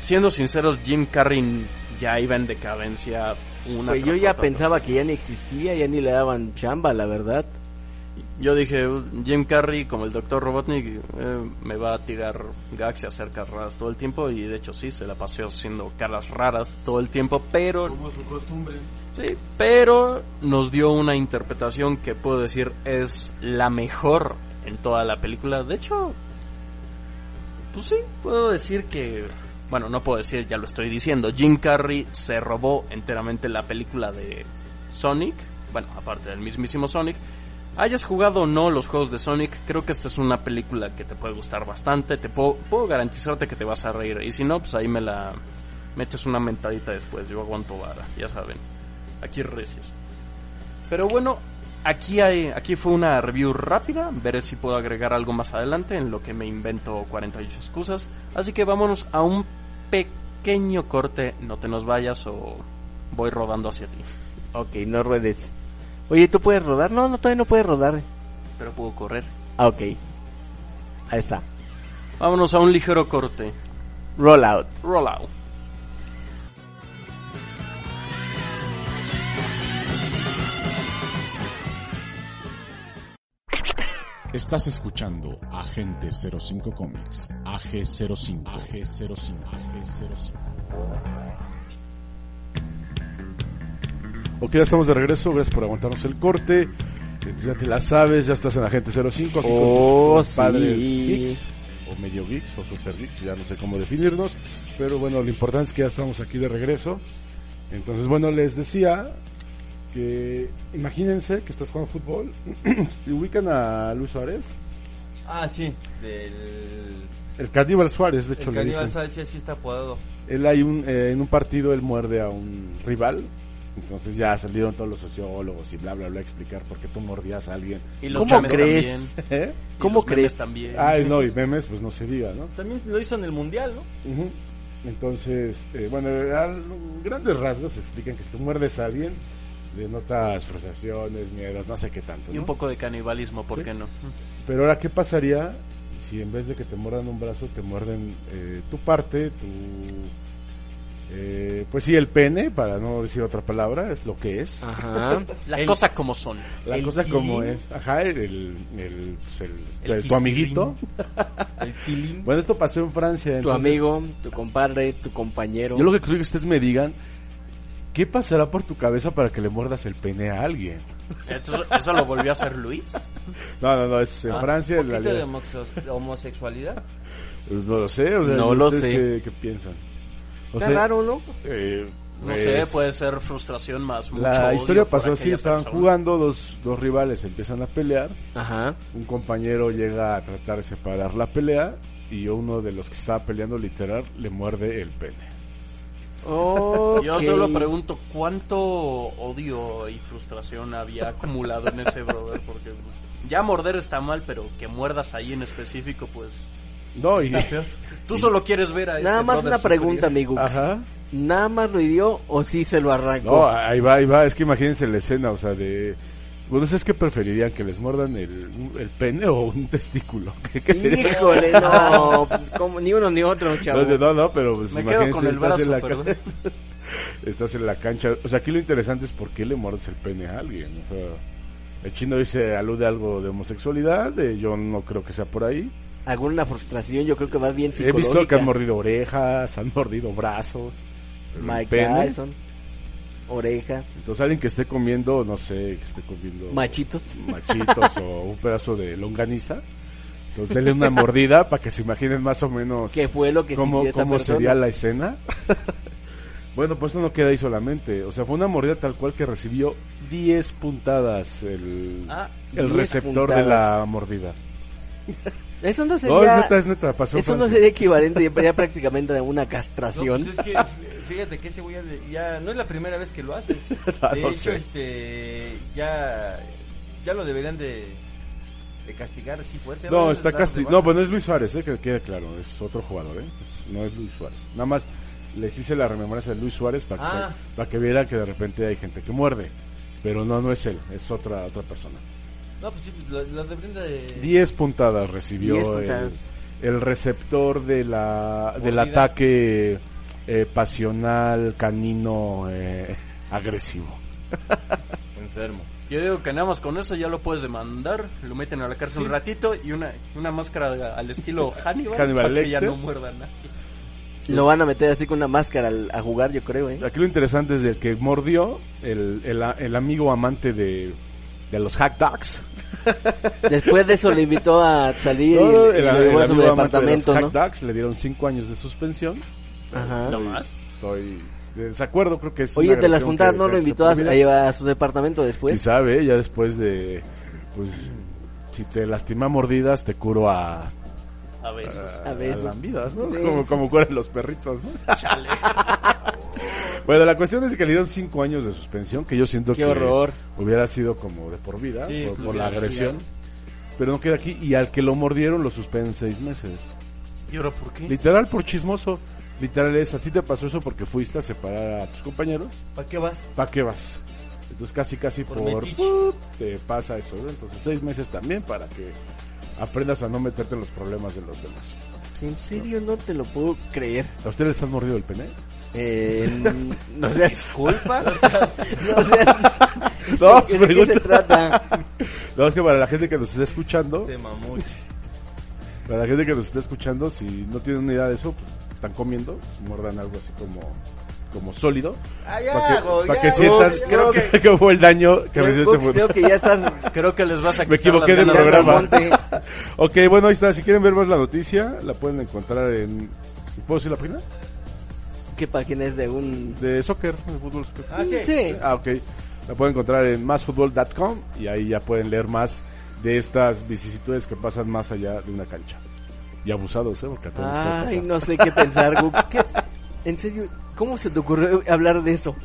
[SPEAKER 7] siendo sinceros, Jim Carrey ya iba en decadencia una
[SPEAKER 5] Pues yo
[SPEAKER 7] tras
[SPEAKER 5] ya
[SPEAKER 7] otra,
[SPEAKER 5] pensaba que ya ni existía, ya ni le daban chamba, la verdad.
[SPEAKER 7] tras- Yo dije, Jim Carrey como el Dr. Robotnik eh, me va a tirar gags y hacer caras raras todo el tiempo y de hecho sí, se la pasó haciendo caras raras todo el tiempo, pero
[SPEAKER 2] Como su costumbre.
[SPEAKER 7] Sí, pero nos dio una interpretación que puedo decir es la mejor en toda la película. De hecho, pues sí, puedo decir que... Bueno, no puedo decir, ya lo estoy diciendo. Jim Carrey se robó enteramente la película de Sonic. Bueno, aparte del mismísimo Sonic. Hayas jugado o no los juegos de Sonic, creo que esta es una película que te puede gustar bastante. Te puedo, puedo garantizarte que te vas a reír. Y si no, pues ahí me la metes una mentadita después. Yo aguanto vara, ya saben aquí recios. Pero bueno, aquí hay, aquí fue una review rápida, veré si puedo agregar algo más adelante en lo que me invento 48 excusas, así que vámonos a un pequeño corte, no te nos vayas o voy rodando hacia ti.
[SPEAKER 5] Ok, no ruedes. Oye, ¿tú puedes rodar? No, no, todavía no puedes rodar.
[SPEAKER 7] Pero puedo correr.
[SPEAKER 5] Ah, ok. Ahí está.
[SPEAKER 7] Vámonos a un ligero corte.
[SPEAKER 5] Roll out.
[SPEAKER 7] Roll out.
[SPEAKER 1] Estás escuchando Agente 05 Comics, AG05, AG05, AG05.
[SPEAKER 3] Ok, ya estamos de regreso, gracias por aguantarnos el corte. Eh, pues ya te la sabes, ya estás en Agente 05, aquí
[SPEAKER 5] Oh,
[SPEAKER 3] con tus padres
[SPEAKER 5] sí.
[SPEAKER 3] geeks, o medio geeks, o super geeks, ya no sé cómo definirnos. Pero bueno, lo importante es que ya estamos aquí de regreso. Entonces, bueno, les decía que imagínense que estás jugando fútbol y ubican a Luis Suárez,
[SPEAKER 6] Ah, sí, del...
[SPEAKER 3] el caníbal Suárez, de hecho
[SPEAKER 6] El
[SPEAKER 3] le
[SPEAKER 6] caníbal
[SPEAKER 3] dicen.
[SPEAKER 6] sabe si así está apodado.
[SPEAKER 3] Él hay un, eh, en un partido él muerde a un rival. Entonces ya salieron todos los sociólogos y bla bla bla a explicar por qué tú mordías a alguien.
[SPEAKER 7] Y los
[SPEAKER 5] ¿Cómo
[SPEAKER 7] memes
[SPEAKER 5] crees?
[SPEAKER 7] también.
[SPEAKER 3] ¿Eh?
[SPEAKER 7] Y
[SPEAKER 5] ¿Cómo
[SPEAKER 7] los memes
[SPEAKER 5] crees?
[SPEAKER 7] también.
[SPEAKER 3] Ay, no, y memes, pues no se diga, ¿no?
[SPEAKER 6] También lo hizo en el mundial, ¿no?
[SPEAKER 3] Ujú. Entonces, eh, bueno, a grandes rasgos explican que si tú muerdes a alguien, denotas frustraciones, miedos, no sé qué tanto.
[SPEAKER 7] Y un
[SPEAKER 3] ¿no?
[SPEAKER 7] poco de canibalismo, ¿por
[SPEAKER 3] Sí.
[SPEAKER 7] qué no?
[SPEAKER 3] Pero ahora, ¿qué pasaría si en vez de que te muerdan un brazo, te muerden eh, tu parte, tu... eh, pues sí, el pene, para no decir otra palabra, es lo que
[SPEAKER 7] Ah,
[SPEAKER 3] es.
[SPEAKER 5] Ajá.
[SPEAKER 7] La
[SPEAKER 6] El-
[SPEAKER 7] cosa como son.
[SPEAKER 3] La
[SPEAKER 6] El
[SPEAKER 3] cosa como
[SPEAKER 6] tilín.
[SPEAKER 3] es. Ajá, el... el, el, pues, el-
[SPEAKER 6] El
[SPEAKER 3] el- tu
[SPEAKER 6] quistilín.
[SPEAKER 3] amiguito.
[SPEAKER 6] El tilín.
[SPEAKER 3] Bueno, esto pasó en Francia.
[SPEAKER 5] tu
[SPEAKER 3] entonces,
[SPEAKER 5] amigo, tu compadre, tu compañero.
[SPEAKER 3] Yo lo que quiero que ustedes me digan, ¿qué pasará por tu cabeza para que le muerdas el pene a alguien?
[SPEAKER 7] Entonces, ¿Eso lo volvió a hacer Luis?
[SPEAKER 3] No, no, no, es en
[SPEAKER 6] Ah,
[SPEAKER 3] Francia.
[SPEAKER 6] ¿Un
[SPEAKER 3] la
[SPEAKER 6] poquito de
[SPEAKER 3] ley-
[SPEAKER 6] homoxo- de homosexualidad?
[SPEAKER 3] No lo sé, o sea,
[SPEAKER 5] No lo
[SPEAKER 3] ¿ustedes
[SPEAKER 5] sé.
[SPEAKER 3] ¿Qué, qué piensan? O
[SPEAKER 5] Está
[SPEAKER 3] sea,
[SPEAKER 5] raro, ¿no?
[SPEAKER 3] eh,
[SPEAKER 7] No sé,
[SPEAKER 3] pues,
[SPEAKER 7] puede ser frustración más mucho
[SPEAKER 3] La
[SPEAKER 7] odio
[SPEAKER 3] historia
[SPEAKER 7] por
[SPEAKER 3] pasó así,
[SPEAKER 7] aquella
[SPEAKER 3] estaban
[SPEAKER 7] persona.
[SPEAKER 3] jugando, dos, dos rivales empiezan a pelear,
[SPEAKER 5] Ajá.
[SPEAKER 3] un compañero llega a tratar de separar la pelea y uno de los que estaba peleando literal le muerde el pene.
[SPEAKER 7] Yo
[SPEAKER 5] Ok.
[SPEAKER 7] solo pregunto cuánto odio y frustración había acumulado en ese brother, porque ya morder está mal, pero que muerdas ahí en específico, pues
[SPEAKER 3] No, y...
[SPEAKER 7] tú solo quieres ver a ese
[SPEAKER 5] Nada más
[SPEAKER 7] brother
[SPEAKER 5] una
[SPEAKER 7] sufrir.
[SPEAKER 5] pregunta, amigo.
[SPEAKER 3] Ajá.
[SPEAKER 5] ¿Nada más lo hirió o sí se lo
[SPEAKER 3] No, ah,
[SPEAKER 5] arrancó?
[SPEAKER 3] ahí va, ahí va, es que imagínense la escena, o sea, de... pues, Bueno, ¿sabes qué preferirían? ¿Que les muerdan el, el pene o un testículo? ¿Qué, qué sería?
[SPEAKER 5] Híjole, no. como Ni uno ni otro, chavo.
[SPEAKER 3] No, no, no, pero pues,
[SPEAKER 7] Me quedo
[SPEAKER 3] imagínense,
[SPEAKER 7] con el
[SPEAKER 3] estás en
[SPEAKER 7] brazo,
[SPEAKER 3] la ca-
[SPEAKER 7] perdón.
[SPEAKER 3] estás en la cancha. O sea, aquí lo interesante es por qué le muerdes el pene a alguien. O sea, el chino dice, alude a algo de homosexualidad. eh, yo no creo que sea por ahí.
[SPEAKER 5] Alguna frustración, yo creo que más bien
[SPEAKER 3] He
[SPEAKER 5] psicológica.
[SPEAKER 3] visto que han mordido orejas, han mordido brazos. pero el
[SPEAKER 5] Mike
[SPEAKER 3] pene.
[SPEAKER 5] Tyson, Orejas.
[SPEAKER 3] Entonces, alguien que esté comiendo, no sé, que esté comiendo
[SPEAKER 5] Machitos.
[SPEAKER 3] machitos o un pedazo de longaniza. Entonces, denle una mordida para que se imaginen más o menos.
[SPEAKER 5] ¿Qué fue lo que
[SPEAKER 3] ¿Cómo,
[SPEAKER 5] sintió esta
[SPEAKER 3] cómo
[SPEAKER 5] persona?
[SPEAKER 3] sería la escena? bueno, pues eso no queda ahí solamente. O sea, fue una mordida tal cual que recibió 10 puntadas el,
[SPEAKER 7] Ah,
[SPEAKER 3] el
[SPEAKER 5] 10
[SPEAKER 3] receptor de la mordida.
[SPEAKER 5] Eso no
[SPEAKER 3] No, es
[SPEAKER 5] sería...
[SPEAKER 3] neta, es neta, pasó en
[SPEAKER 5] eso no
[SPEAKER 3] Francia.
[SPEAKER 5] sería equivalente ya- ya prácticamente a una
[SPEAKER 6] No,
[SPEAKER 5] castración.
[SPEAKER 6] pues es que, fíjate que ese güey ya le- ya no es la primera vez que lo hace.
[SPEAKER 3] Ah,
[SPEAKER 6] De
[SPEAKER 3] no
[SPEAKER 6] hecho,
[SPEAKER 3] sé.
[SPEAKER 6] este, ya, ya lo deberían de, de castigar así fuerte.
[SPEAKER 3] No,
[SPEAKER 6] ¿verdad?
[SPEAKER 3] está
[SPEAKER 6] Dar de
[SPEAKER 3] casti...
[SPEAKER 6] baja.
[SPEAKER 3] No, pues no es Luis Suárez, eh, que quede claro, es otro jugador, eh. Es- no es Luis Suárez. Nada más les hice la rememoranza de Luis Suárez para que,
[SPEAKER 6] Ah.
[SPEAKER 3] se- para que vieran que de repente hay gente que muerde. Pero no, no es él, es otra otra persona.
[SPEAKER 6] No, pues sí, lo, lo deberían de...
[SPEAKER 3] 10 puntadas recibió
[SPEAKER 5] 10 puntadas.
[SPEAKER 3] El, el receptor de la, del
[SPEAKER 6] Mordida.
[SPEAKER 3] ataque eh, pasional, canino, eh, agresivo.
[SPEAKER 6] Enfermo.
[SPEAKER 7] Yo digo que nada más con eso ya lo puedes demandar, lo meten a la cárcel un ratito y una, una máscara al estilo Hannibal,
[SPEAKER 3] Hannibal
[SPEAKER 7] para que ya
[SPEAKER 3] Lecter.
[SPEAKER 7] no muerda a nadie.
[SPEAKER 5] Lo van a meter así con una máscara al- a jugar, yo creo, ¿eh?
[SPEAKER 3] Aquí lo interesante es el que mordió, el, el, a- el amigo amante de, de los hack dogs.
[SPEAKER 5] Después de eso le invitó a salir y,
[SPEAKER 3] Todo
[SPEAKER 5] y
[SPEAKER 3] el,
[SPEAKER 5] lo
[SPEAKER 3] el
[SPEAKER 5] llevó a su
[SPEAKER 3] amigo amante de los
[SPEAKER 5] departamento, ¿no?
[SPEAKER 3] hack dogs le dieron 5 años de suspensión.
[SPEAKER 5] Ajá.
[SPEAKER 7] No más.
[SPEAKER 3] Estoy de desacuerdo, creo que es.
[SPEAKER 5] Oye,
[SPEAKER 3] una
[SPEAKER 5] de las
[SPEAKER 3] agresión
[SPEAKER 5] juntadas
[SPEAKER 3] que-
[SPEAKER 5] no
[SPEAKER 3] que
[SPEAKER 5] lo
[SPEAKER 3] se
[SPEAKER 5] invitó a, a
[SPEAKER 3] prohíbe.
[SPEAKER 5] llevar a su departamento
[SPEAKER 3] Y
[SPEAKER 5] después.
[SPEAKER 3] sabe, ya después de. Pues, si te lastima a mordidas, te curo a.
[SPEAKER 7] A veces.
[SPEAKER 3] a
[SPEAKER 4] Pues,
[SPEAKER 5] besos.
[SPEAKER 3] lambidas, ¿no?
[SPEAKER 5] Sí.
[SPEAKER 3] Como, como curan los perritos, ¿no? bueno, la cuestión es que le dieron cinco años de suspensión, que yo siento
[SPEAKER 5] Qué
[SPEAKER 3] que
[SPEAKER 5] horror.
[SPEAKER 3] hubiera sido como de por vida,
[SPEAKER 7] Sí,
[SPEAKER 3] por,
[SPEAKER 7] lo
[SPEAKER 3] por la
[SPEAKER 7] hubiera
[SPEAKER 3] agresión. Pero no queda aquí, y al que lo mordieron lo suspenden seis meses.
[SPEAKER 7] ¿Y ahora por qué?
[SPEAKER 3] Literal por chismoso. Literal es, a ti te pasó eso porque fuiste a separar a tus compañeros.
[SPEAKER 6] ¿Para qué vas?
[SPEAKER 3] ¿Para qué vas? Entonces casi casi por,
[SPEAKER 6] Por metiche.
[SPEAKER 3] ¡pup! te pasa eso. ¿no? Entonces seis meses también para que aprendas a no meterte en los problemas de los demás.
[SPEAKER 5] En serio, no te lo puedo creer.
[SPEAKER 3] ¿A ustedes les han mordido el pene?
[SPEAKER 5] Eh, no seas culpa. no seas...
[SPEAKER 3] No,
[SPEAKER 5] ¿De qué se trata?
[SPEAKER 3] No, es que para la gente que nos está escuchando,
[SPEAKER 6] Se mamó.
[SPEAKER 3] para la gente que nos está escuchando, si no tienen ni idea de eso, pues, están comiendo, pues, muerdan algo así como, como sólido.
[SPEAKER 6] Ah, ya,
[SPEAKER 3] Para
[SPEAKER 6] hago,
[SPEAKER 3] que, pa'
[SPEAKER 6] ya,
[SPEAKER 3] que
[SPEAKER 6] hago,
[SPEAKER 3] sientan
[SPEAKER 6] ya,
[SPEAKER 3] creo
[SPEAKER 5] creo
[SPEAKER 3] que, como el daño que
[SPEAKER 5] Creo,
[SPEAKER 3] recibiste.
[SPEAKER 5] Cooks,
[SPEAKER 3] por-
[SPEAKER 5] creo que ya estás ¿eh?
[SPEAKER 7] Creo que les vas a quitar
[SPEAKER 3] Me
[SPEAKER 7] las
[SPEAKER 3] equivoqué del
[SPEAKER 7] ganas
[SPEAKER 5] mirando al
[SPEAKER 3] programa.
[SPEAKER 5] monte.
[SPEAKER 3] Ok, bueno, ahí está. Si quieren ver más la noticia, la pueden encontrar en... ¿Puedo decir la página?
[SPEAKER 5] ¿Qué página es de un...?
[SPEAKER 3] De soccer, de fútbol. soccer.
[SPEAKER 6] Ah, sí.
[SPEAKER 5] Sí.
[SPEAKER 3] Ah, ok. La pueden encontrar en másfutbol.com y ahí ya pueden leer más de estas vicisitudes que pasan más allá de una cancha. Y abusados, ¿eh? Porque a todos les puede
[SPEAKER 5] Ay,
[SPEAKER 3] pasar.
[SPEAKER 5] no sé qué pensar, Gux. ¿Qué- En serio, ¿cómo se te ocurrió hablar de eso?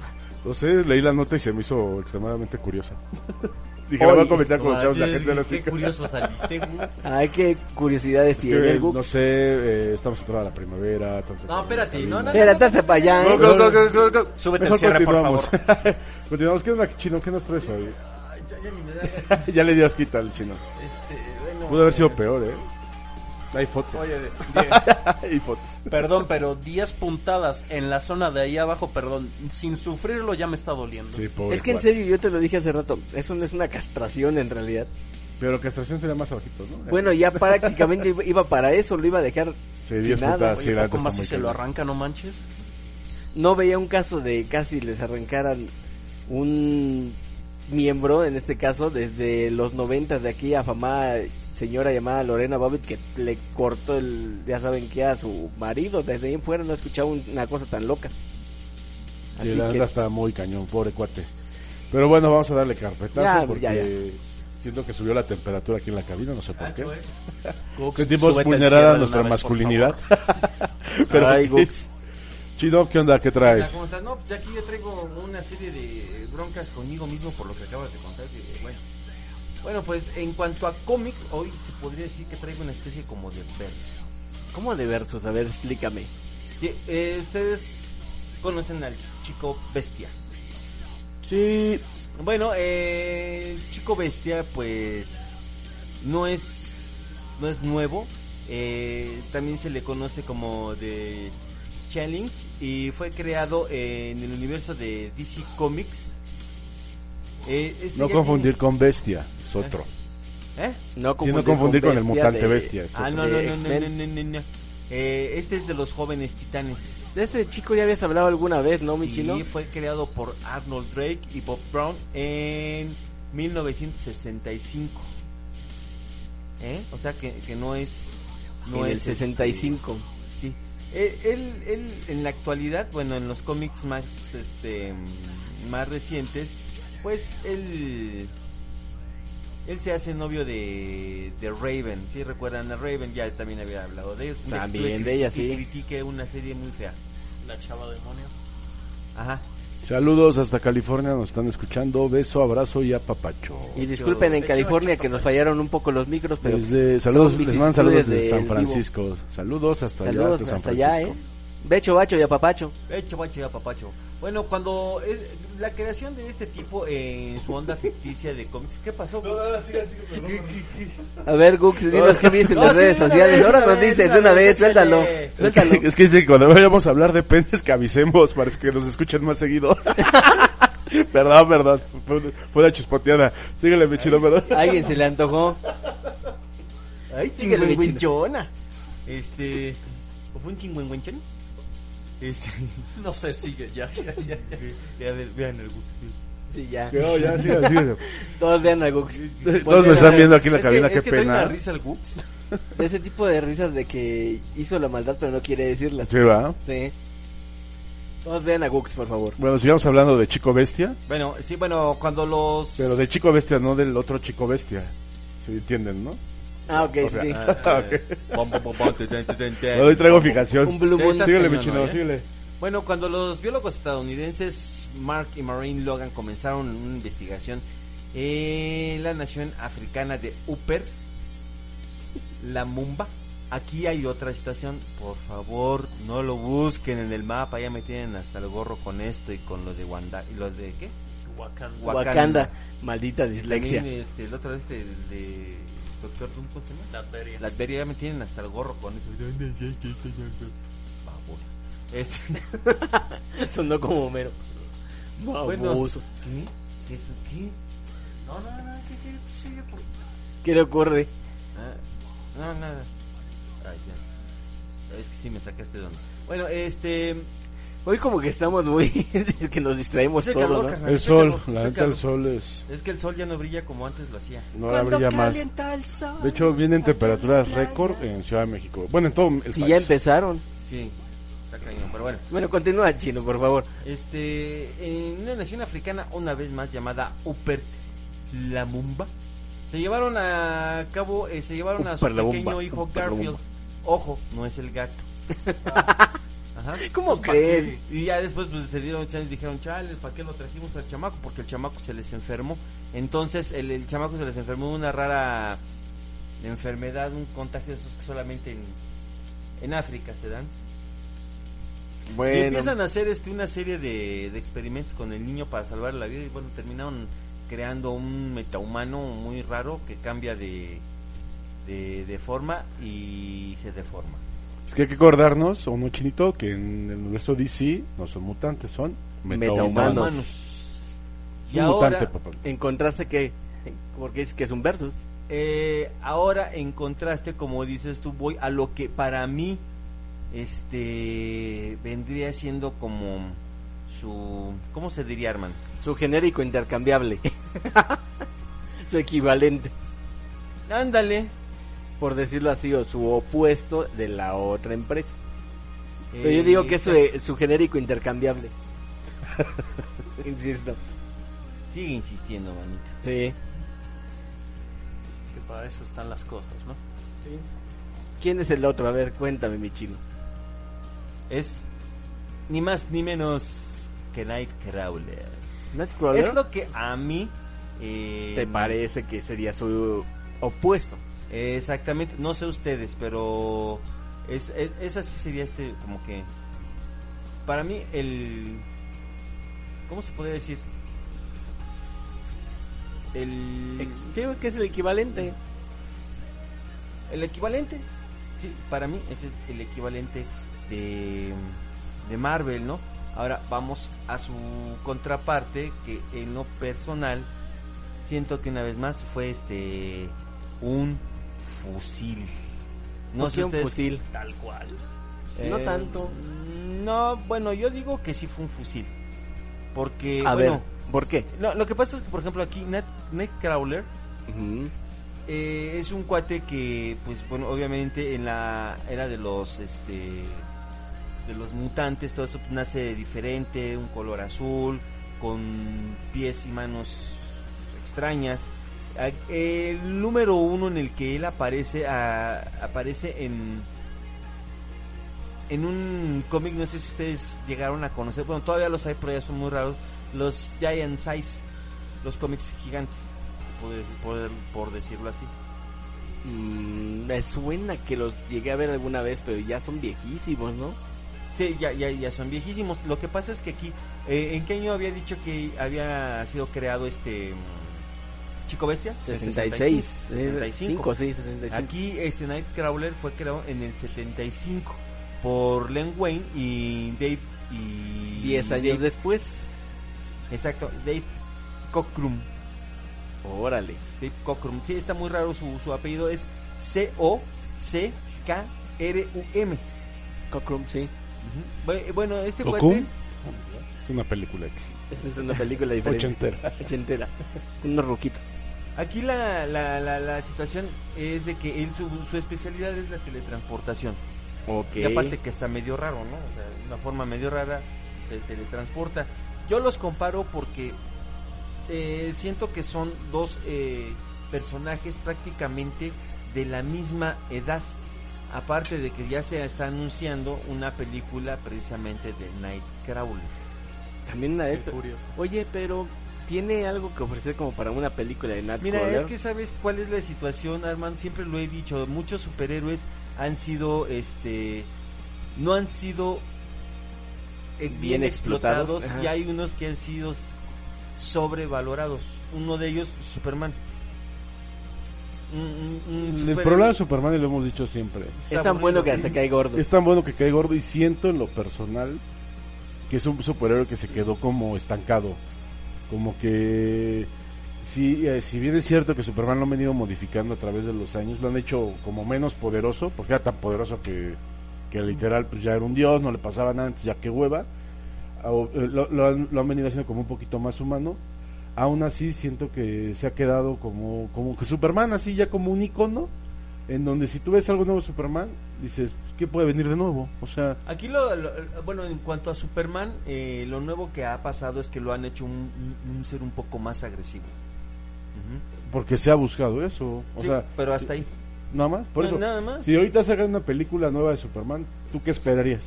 [SPEAKER 3] No sé, leí la nota y se me hizo extremadamente curiosa. Dije,
[SPEAKER 5] Oye,
[SPEAKER 3] la voy a comentar con los chavos, la
[SPEAKER 6] Manches,
[SPEAKER 3] gente de la
[SPEAKER 6] qué
[SPEAKER 3] chica.
[SPEAKER 6] curioso saliste, Gus.
[SPEAKER 5] Ay, qué curiosidades tiene el Gux.
[SPEAKER 3] No sé, eh, estamos entrando a la primavera. tanto-
[SPEAKER 6] No, espérate, no, no, no.
[SPEAKER 5] Mira, tátate para allá,
[SPEAKER 7] Go,
[SPEAKER 5] ¿eh?
[SPEAKER 7] go, go, go, go, go. Súbete
[SPEAKER 3] Mejor
[SPEAKER 7] el cierre, por
[SPEAKER 3] continuamos.
[SPEAKER 7] favor.
[SPEAKER 3] continuamos, ¿qué onda, chino? ¿Qué nos traes hoy?
[SPEAKER 6] Ay, ya, ya ni me da ganas.
[SPEAKER 3] ya le dio asquita al chino.
[SPEAKER 6] Este, bueno.
[SPEAKER 3] Pudo haber sido peor, ¿eh? Hay fotos.
[SPEAKER 7] Oye, die-
[SPEAKER 3] Hay fotos.
[SPEAKER 7] perdón, pero 10 puntadas en la zona de ahí abajo, perdón, sin sufrirlo ya me está doliendo.
[SPEAKER 3] Sí, pobre
[SPEAKER 5] Es que en
[SPEAKER 3] cuate.
[SPEAKER 5] serio, yo te lo dije hace rato, eso no es una castración en realidad.
[SPEAKER 3] Pero castración sería más abajito, ¿no?
[SPEAKER 5] Bueno, ya prácticamente iba- iba para eso, lo iba a dejar
[SPEAKER 3] Sí,
[SPEAKER 5] sin
[SPEAKER 3] 10
[SPEAKER 5] nada.
[SPEAKER 3] puntadas.
[SPEAKER 7] Oye,
[SPEAKER 3] sí, la neta
[SPEAKER 7] poco
[SPEAKER 3] está
[SPEAKER 7] más
[SPEAKER 3] muy
[SPEAKER 7] si se lo
[SPEAKER 3] cañón.
[SPEAKER 7] arranca, no manches.
[SPEAKER 5] No veía un caso de casi les arrancaran un miembro, en este caso, desde los 90 de aquí afamada señora llamada Lorena Babbitt que le cortó el, ya saben qué, a su marido. Desde ahí en fuera no escuchaba un- una cosa tan loca.
[SPEAKER 3] Sí,
[SPEAKER 5] Así
[SPEAKER 3] la
[SPEAKER 5] que-
[SPEAKER 3] neta está muy cañón, pobre cuate. Pero bueno, vamos a darle carpetazo
[SPEAKER 5] Ya,
[SPEAKER 3] porque
[SPEAKER 5] ya, ya.
[SPEAKER 3] siento que subió la temperatura aquí en la cabina, no sé
[SPEAKER 6] Ah,
[SPEAKER 3] por qué. Este
[SPEAKER 7] Cooks,
[SPEAKER 3] Sentimos
[SPEAKER 7] súbete el cierre
[SPEAKER 3] vulnerada
[SPEAKER 7] de
[SPEAKER 3] nuestra
[SPEAKER 7] una vez, por
[SPEAKER 3] masculinidad.
[SPEAKER 7] favor.
[SPEAKER 3] Pero
[SPEAKER 5] Ay,
[SPEAKER 3] ok.
[SPEAKER 5] Gux.
[SPEAKER 3] Chino, ¿qué onda? ¿Qué
[SPEAKER 6] Hola,
[SPEAKER 3] traes?
[SPEAKER 6] ¿cómo estás? No, pues ya aquí yo traigo una serie de broncas conmigo mismo por lo que acabas de contar. que, bueno. bueno, pues en cuanto a cómics, hoy se podría decir que traigo una especie como de verso.
[SPEAKER 5] ¿Cómo de versos? A ver, explícame.
[SPEAKER 6] Sí, eh, ustedes conocen al chico bestia.
[SPEAKER 3] Sí.
[SPEAKER 6] Bueno, eh, el chico bestia, pues no es no es nuevo. Eh, también se le conoce como The Challenge y fue creado en el universo de DC Comics. Eh, este
[SPEAKER 3] No
[SPEAKER 6] ya
[SPEAKER 3] confundir con bestia, es otro.
[SPEAKER 6] tiene- ¿Eh?
[SPEAKER 5] No
[SPEAKER 3] Sí, no confundir con, el mutante
[SPEAKER 5] de-
[SPEAKER 3] bestia. es
[SPEAKER 6] Ah,
[SPEAKER 3] otro.
[SPEAKER 6] no, no,
[SPEAKER 5] de
[SPEAKER 6] no, no, no,
[SPEAKER 5] X-Men.
[SPEAKER 6] no, no, no. Eh, este es de los jóvenes titanes.
[SPEAKER 5] De este chico ya habías hablado alguna vez, ¿no, mi chino?
[SPEAKER 6] Y fue creado por Arnold Drake y Bob Brown en 1965. ¿Eh? O sea que, que no es. No
[SPEAKER 5] en el
[SPEAKER 6] es, este,
[SPEAKER 5] 65.
[SPEAKER 6] sí. Él, él- él en la actualidad, bueno, en los cómics más, este, más recientes, pues él. Él se hace novio de, de Raven, si recuerdan a Raven, ya también había hablado de ellos.
[SPEAKER 5] También
[SPEAKER 6] Estuve
[SPEAKER 5] de ella,
[SPEAKER 6] cri-
[SPEAKER 5] sí.
[SPEAKER 6] que Critique una serie muy fea.
[SPEAKER 7] La chava demonio.
[SPEAKER 6] Ajá.
[SPEAKER 3] Saludos hasta California, nos están escuchando. Beso, abrazo y apapacho.
[SPEAKER 5] Y disculpen en California que nos fallaron un un poco los micros, pero
[SPEAKER 3] Desde, saludos,
[SPEAKER 5] son
[SPEAKER 3] les mandan saludos
[SPEAKER 5] vicisitudes
[SPEAKER 3] desde
[SPEAKER 5] del
[SPEAKER 3] San
[SPEAKER 5] vivo.
[SPEAKER 3] Francisco. Saludos hasta allá,
[SPEAKER 5] Saludos
[SPEAKER 3] hasta San
[SPEAKER 5] hasta allá,
[SPEAKER 3] Francisco.
[SPEAKER 5] ¿eh? Becho, bacho y apapacho.
[SPEAKER 6] Hecho, bacho, ya, papacho. Bueno, cuando eh, la creación de este tipo en su onda ficticia de cómics, ¿qué pasó? Gux?
[SPEAKER 5] A ver, Gux, dinos qué viste en
[SPEAKER 6] No,
[SPEAKER 5] las
[SPEAKER 6] sí,
[SPEAKER 5] redes
[SPEAKER 6] de una
[SPEAKER 5] sociales.
[SPEAKER 6] vez,
[SPEAKER 5] Ahora nos
[SPEAKER 6] de una vez,
[SPEAKER 5] dices
[SPEAKER 6] de
[SPEAKER 5] de una
[SPEAKER 6] una
[SPEAKER 5] vez,
[SPEAKER 6] vez,
[SPEAKER 5] suéltalo.
[SPEAKER 6] échale.
[SPEAKER 3] Es que,
[SPEAKER 5] Suéltalo.
[SPEAKER 3] es que dicen, cuando vayamos a hablar de penes que avisemos para que nos escuchen más seguido. Perdón, perdón. Fue una- fue una chispoteada. Síguele, mi chido, perdón.
[SPEAKER 5] Alguien se le antojó.
[SPEAKER 6] Ay, chingüengüenchona. Este. ¿O fue un chingüengüenchón? Este.
[SPEAKER 7] No sé, sigue, ya, ya, ya.
[SPEAKER 6] A ver, vean el gusto.
[SPEAKER 5] Sí, ya.
[SPEAKER 3] No, oh, ya, síguele, síguele.
[SPEAKER 5] Todos vean a Gux.
[SPEAKER 3] Todos me están viendo aquí en la
[SPEAKER 6] Es
[SPEAKER 3] cabina,
[SPEAKER 6] que,
[SPEAKER 3] qué
[SPEAKER 6] es que trae
[SPEAKER 3] pena.
[SPEAKER 6] una risa el Gux.
[SPEAKER 5] Ese tipo de risas de que hizo la maldad pero no quiere decirla.
[SPEAKER 3] Sí, va.
[SPEAKER 5] Sí. Todos vean a Gux, por favor.
[SPEAKER 3] Bueno, sigamos hablando de Chico Bestia,
[SPEAKER 6] Bueno, sí, bueno, cuando los.
[SPEAKER 3] pero de Chico Bestia, no del otro Chico Bestia. Si entienden, ¿no?
[SPEAKER 5] Ah, ok, sí.
[SPEAKER 3] No, hoy traigo fijación.
[SPEAKER 5] Eh, Un Blue Moon.
[SPEAKER 3] Síguele, mi
[SPEAKER 6] cañón,
[SPEAKER 3] chino,
[SPEAKER 6] ¿no, eh?
[SPEAKER 3] síguele.
[SPEAKER 6] Bueno, cuando los biólogos estadounidenses Mark y Maureen Logan comenzaron una investigación en la nación africana de Upper, la Mumba. Aquí hay otra estación, por favor, no lo busquen en el mapa, ya me tienen hasta el gorro con esto y con lo de Wanda y lo de ¿qué?
[SPEAKER 5] Wakanda. Maldita dislexia.
[SPEAKER 6] También, este, el otro este el de Doctor Doom, ¿cómo se llama? La Adveria ya me tienen hasta el gorro con eso. Babosa. Este,
[SPEAKER 5] Sonó como Homero. Babosos.
[SPEAKER 6] ¿Qué? ¿Eso qué? No, no, no, ¿qué quieres? Tú sigue por...
[SPEAKER 5] ¿Qué le ocurre?
[SPEAKER 6] Ah, no, nada. Ay, ya. Es que sí me sacaste de onda. Bueno, este...
[SPEAKER 5] Hoy como que estamos muy... que nos distraemos
[SPEAKER 6] es el
[SPEAKER 5] todo,
[SPEAKER 6] calor,
[SPEAKER 5] ¿no?
[SPEAKER 3] Pues
[SPEAKER 6] carnal,
[SPEAKER 3] El
[SPEAKER 6] es el
[SPEAKER 3] sol,
[SPEAKER 6] calor,
[SPEAKER 3] la
[SPEAKER 6] es el
[SPEAKER 3] neta, el
[SPEAKER 6] calor.
[SPEAKER 3] sol es.
[SPEAKER 6] Es que el sol ya no brilla como antes lo hacía.
[SPEAKER 3] No brilla más. De hecho, vienen temperaturas récord en Ciudad de México. Bueno, en todo el
[SPEAKER 5] Si
[SPEAKER 3] país.
[SPEAKER 5] ya empezaron.
[SPEAKER 6] Sí, está cañón, pero bueno.
[SPEAKER 5] Bueno, continúa, Chino, por favor.
[SPEAKER 6] Este, en una nación africana, una vez más llamada Upper Lamumba, se llevaron a cabo, eh, se llevaron a su
[SPEAKER 5] Upper Lamumba,
[SPEAKER 6] pequeño hijo
[SPEAKER 5] Upper
[SPEAKER 6] Garfield.
[SPEAKER 5] Lamumba.
[SPEAKER 6] Ojo, no es el gato. Ajá. Pues,
[SPEAKER 5] ¿Cómo crees?
[SPEAKER 6] Y ya después pues, se dieron chance y dijeron, chales, ¿para qué lo trajimos al chamaco? Porque el chamaco se les enfermó. Entonces, el, el chamaco se les enfermó de una rara enfermedad, un contagio de esos que solamente en, en África se dan. Y empiezan
[SPEAKER 5] Bueno,
[SPEAKER 6] a hacer este una serie de, de experimentos con el niño para salvar la vida y bueno, terminaron creando un metahumano muy raro que cambia de, de, de forma y se deforma.
[SPEAKER 3] Es que hay que acordarnos, o no chinito, que en el universo DC no son mutantes, son metahumanos.
[SPEAKER 5] Metahumanos.
[SPEAKER 6] Humanos.
[SPEAKER 3] Es
[SPEAKER 6] Y
[SPEAKER 3] un mutante, pues.
[SPEAKER 6] ahora,
[SPEAKER 3] papá.
[SPEAKER 5] en contraste que... Porque es que es un versus.
[SPEAKER 6] eh, ahora en contraste, como dices tú, voy a lo que para mí este vendría siendo como su... ¿Cómo se diría, Arman?
[SPEAKER 5] Su genérico intercambiable. su equivalente,
[SPEAKER 6] Ándale.
[SPEAKER 5] por decirlo así, o su opuesto de la otra empresa. Pero yo digo que es
[SPEAKER 6] Eh,
[SPEAKER 5] su, su genérico intercambiable. Insisto.
[SPEAKER 6] Sigue insistiendo, manito.
[SPEAKER 5] Sí.
[SPEAKER 7] Que para eso están las cosas, ¿no?
[SPEAKER 5] ¿Quién es el otro? A ver, cuéntame, mi chino.
[SPEAKER 6] Es ni más ni menos que Nightcrawler.
[SPEAKER 5] Nightcrawler.
[SPEAKER 6] Es lo que a mí... eh,
[SPEAKER 5] ¿Te parece que sería su opuesto?
[SPEAKER 6] eh, exactamente, no sé ustedes, pero es, es- esa sí sería este, como que... Para mí el... ¿Cómo se podría decir? El,
[SPEAKER 5] Creo que es el equivalente.
[SPEAKER 6] el equivalente. Sí, para mí ese es el equivalente de, de Marvel, ¿no? Ahora vamos a su contraparte, que en lo personal siento que una vez más fue este un fusil. No
[SPEAKER 5] ¿Por
[SPEAKER 6] sé
[SPEAKER 5] qué un
[SPEAKER 6] ustedes-
[SPEAKER 5] fusil.
[SPEAKER 7] Tal cual.
[SPEAKER 5] No
[SPEAKER 6] eh,
[SPEAKER 5] tanto.
[SPEAKER 6] No, bueno, yo digo que sí fue un fusil. Porque,
[SPEAKER 5] A
[SPEAKER 6] Eh, bueno,
[SPEAKER 5] ver, ¿por qué?
[SPEAKER 6] no, lo que pasa es que, por ejemplo, aquí Night- Nightcrawler
[SPEAKER 5] Ujú.
[SPEAKER 6] eh, es un cuate que, pues bueno, obviamente en la era de los, este, de los mutantes, todo eso pues, nace diferente, un color azul, con pies y manos extrañas. Ah, El número uno en el que él aparece, ah, aparece en en un cómic, no sé si ustedes llegaron a conocer, bueno, todavía los hay, pero ya son muy raros, los Giant Size, los cómics gigantes, por, por- por decirlo así.
[SPEAKER 5] Mm, me suena que los llegué a ver alguna vez, pero ya son viejísimos, ¿no?
[SPEAKER 6] Sí, ya, ya, ya son viejísimos. Lo que pasa es que aquí, eh, ¿en qué año había dicho que había sido creado este mm, Chico Bestia? El
[SPEAKER 5] 66, 65,
[SPEAKER 6] 65.
[SPEAKER 5] sí, 65.
[SPEAKER 6] Aquí este Nightcrawler fue creado en el 75 por Len Wayne y Dave y
[SPEAKER 5] 10 años
[SPEAKER 6] Dave-
[SPEAKER 5] después.
[SPEAKER 6] Exacto, Dave Cockrum.
[SPEAKER 7] Órale.
[SPEAKER 6] Dave Cockrum. Sí, está muy raro su, su apellido. Es C-O-C-K-R-U-M.
[SPEAKER 5] Cockrum, sí.
[SPEAKER 6] Ujú. Bue- Bueno, este
[SPEAKER 3] ¿Cockrum?
[SPEAKER 6] cuate.
[SPEAKER 3] Es una película X.
[SPEAKER 5] Es una película diferente.
[SPEAKER 3] Ochentera.
[SPEAKER 5] Ochentera. Unos roquitos.
[SPEAKER 6] Aquí la, la, la, la situación es de que él su, su especialidad es la teletransportación.
[SPEAKER 5] Ok.
[SPEAKER 6] Y aparte que está medio raro, ¿no? O sea, de una forma medio rara se teletransporta. Yo los comparo porque eh, siento que son dos eh, personajes prácticamente de la misma edad. Aparte de que ya se está anunciando una película precisamente de Nightcrawler.
[SPEAKER 5] También una de
[SPEAKER 2] Qué curioso.
[SPEAKER 5] Oye, pero tiene algo que ofrecer como para una película de Nightcrawler.
[SPEAKER 6] Mira, es que sabes cuál es la situación, Armando, siempre lo he dicho, muchos superhéroes han sido, este, no han sido eh, bien,
[SPEAKER 5] Bien explotados,
[SPEAKER 6] explotados,
[SPEAKER 5] ajá.
[SPEAKER 6] y hay unos que han sido sobrevalorados. Uno de ellos, Superman. Un- un- un
[SPEAKER 3] El
[SPEAKER 6] superhéroe.
[SPEAKER 3] problema de Superman, y lo hemos dicho siempre,
[SPEAKER 5] es tan bueno que hasta cae gordo.
[SPEAKER 3] es tan bueno que cae gordo y siento en lo personal que es un superhéroe que se quedó como estancado. Como que si, eh, si bien es cierto que Superman lo han venido modificando a través de los años, lo han hecho como menos poderoso, porque era tan poderoso que, que literal pues ya era un dios, no le pasaba nada, entonces ya que hueva. Ah, o, eh, Lo, lo han, lo han venido haciendo como un poquito más humano. Aún así siento que se ha quedado como, como que Superman, así ya como un icono, en donde si tú ves algo nuevo de Superman, dices, "Pues, ¿qué puede venir de nuevo? O sea,
[SPEAKER 6] Aquí lo, lo- bueno, en cuanto a Superman, eh, lo nuevo que ha pasado es que lo han hecho un, un- un ser un poco más agresivo. Ujú.
[SPEAKER 3] porque se ha buscado eso. O
[SPEAKER 6] Sí,
[SPEAKER 3] sea,
[SPEAKER 6] pero hasta ahí.
[SPEAKER 3] nada más. Por
[SPEAKER 6] No,
[SPEAKER 3] eso,
[SPEAKER 6] nada más.
[SPEAKER 3] si ahorita sacan una película nueva de Superman, ¿tú qué esperarías?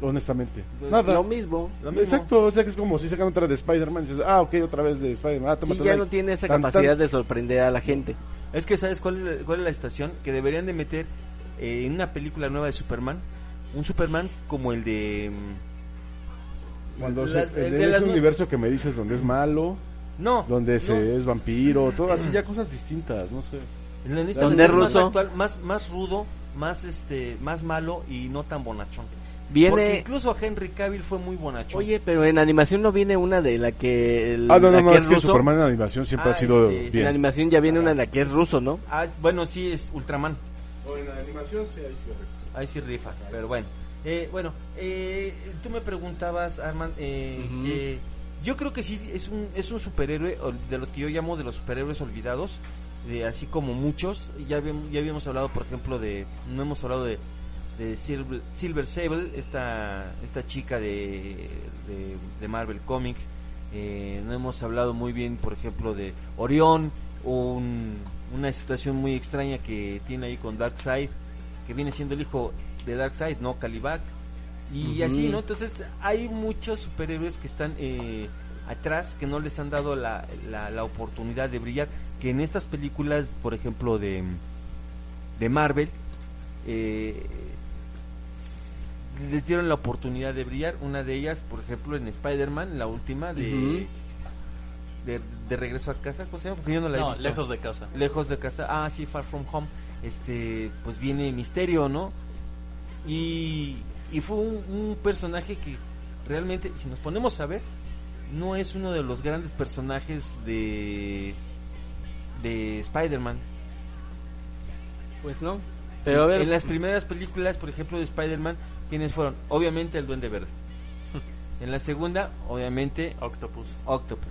[SPEAKER 3] Honestamente.
[SPEAKER 6] Pues,
[SPEAKER 3] Nada.
[SPEAKER 5] Lo mismo.
[SPEAKER 6] Lo mismo.
[SPEAKER 3] Exacto, o sea que es como si sacan otra de Spider-Man y dices, ah, ok, otra vez de Spider-Man. ah,
[SPEAKER 5] Sí,
[SPEAKER 3] tómatela
[SPEAKER 5] ya
[SPEAKER 3] ahí.
[SPEAKER 5] no tiene esa
[SPEAKER 3] Tan, tan.
[SPEAKER 5] capacidad de sorprender a la gente.
[SPEAKER 6] Es que sabes cuál es la, cuál es la situación que deberían de meter eh, en una película nueva de Superman, un Superman como el de mm,
[SPEAKER 3] Cuando se-
[SPEAKER 6] Las-
[SPEAKER 3] en
[SPEAKER 6] de las
[SPEAKER 3] ese
[SPEAKER 6] nue-
[SPEAKER 3] universo que me dices donde es malo,
[SPEAKER 6] no,
[SPEAKER 3] donde
[SPEAKER 6] no,
[SPEAKER 3] se es vampiro, todo así, ya cosas distintas, no sé.
[SPEAKER 6] en la lista
[SPEAKER 5] donde
[SPEAKER 6] de
[SPEAKER 5] es
[SPEAKER 6] más
[SPEAKER 5] ruso.
[SPEAKER 6] actual, más más rudo, más este, más malo y no tan bonachón. Porque
[SPEAKER 5] Viene.
[SPEAKER 6] incluso Henry Cavill fue muy bonachón.
[SPEAKER 5] Oye, pero en animación no viene una de la que. el-
[SPEAKER 3] Ah, no,
[SPEAKER 5] la
[SPEAKER 3] no, no,
[SPEAKER 5] que
[SPEAKER 3] es que
[SPEAKER 5] ruso.
[SPEAKER 3] Superman en animación siempre
[SPEAKER 6] Ah,
[SPEAKER 3] ha sido
[SPEAKER 6] este,
[SPEAKER 5] En
[SPEAKER 3] bien.
[SPEAKER 5] animación ya viene una de la que es ruso, ¿no?
[SPEAKER 6] Ah, bueno, sí es Ultraman.
[SPEAKER 3] O en animación sí, ahí sí.
[SPEAKER 6] Ahí sí rifa, pero bueno. Eh, bueno, eh, tú me preguntabas, Arman, eh,
[SPEAKER 5] Ujú.
[SPEAKER 6] que yo creo que sí es un, es un superhéroe ol- de los que yo llamo de los superhéroes olvidados, de, así como muchos. Ya, habíamos- ya habíamos hablado, por ejemplo, de. No hemos hablado de, de Silver, Silver Sable, esta, esta chica de, de, de Marvel Comics. Eh, no hemos hablado muy bien, por ejemplo, de Orión, un- una situación muy extraña que tiene ahí con Darkseid, que viene siendo el hijo de Darkseid, ¿no? Calibac. Y
[SPEAKER 5] Ujú.
[SPEAKER 6] así, ¿no? Entonces hay muchos superhéroes que están eh, atrás, que no les han dado la, la- la oportunidad de brillar, que en estas películas, por ejemplo, de, de Marvel, eh, les dieron la oportunidad de brillar. Una de ellas, por ejemplo, en Spider-Man, la última de,
[SPEAKER 5] Ujú.
[SPEAKER 6] de, de Regreso a Casa, ¿cómo se llama? Porque yo no la he
[SPEAKER 7] No,
[SPEAKER 6] visto.
[SPEAKER 7] lejos de casa.
[SPEAKER 6] Lejos de casa. Ah, sí, Far From Home. Este, pues viene Misterio, ¿no? Y, y fue un, un personaje que realmente, si nos ponemos a ver, no es uno de los grandes personajes de, de Spider-Man.
[SPEAKER 5] Pues no. Pero a
[SPEAKER 6] Sí,
[SPEAKER 5] ver.
[SPEAKER 6] En las primeras películas, por ejemplo, de Spider-Man, quienes fueron? Obviamente el Duende Verde. En la segunda, obviamente,
[SPEAKER 7] Octopus.
[SPEAKER 6] Octopus.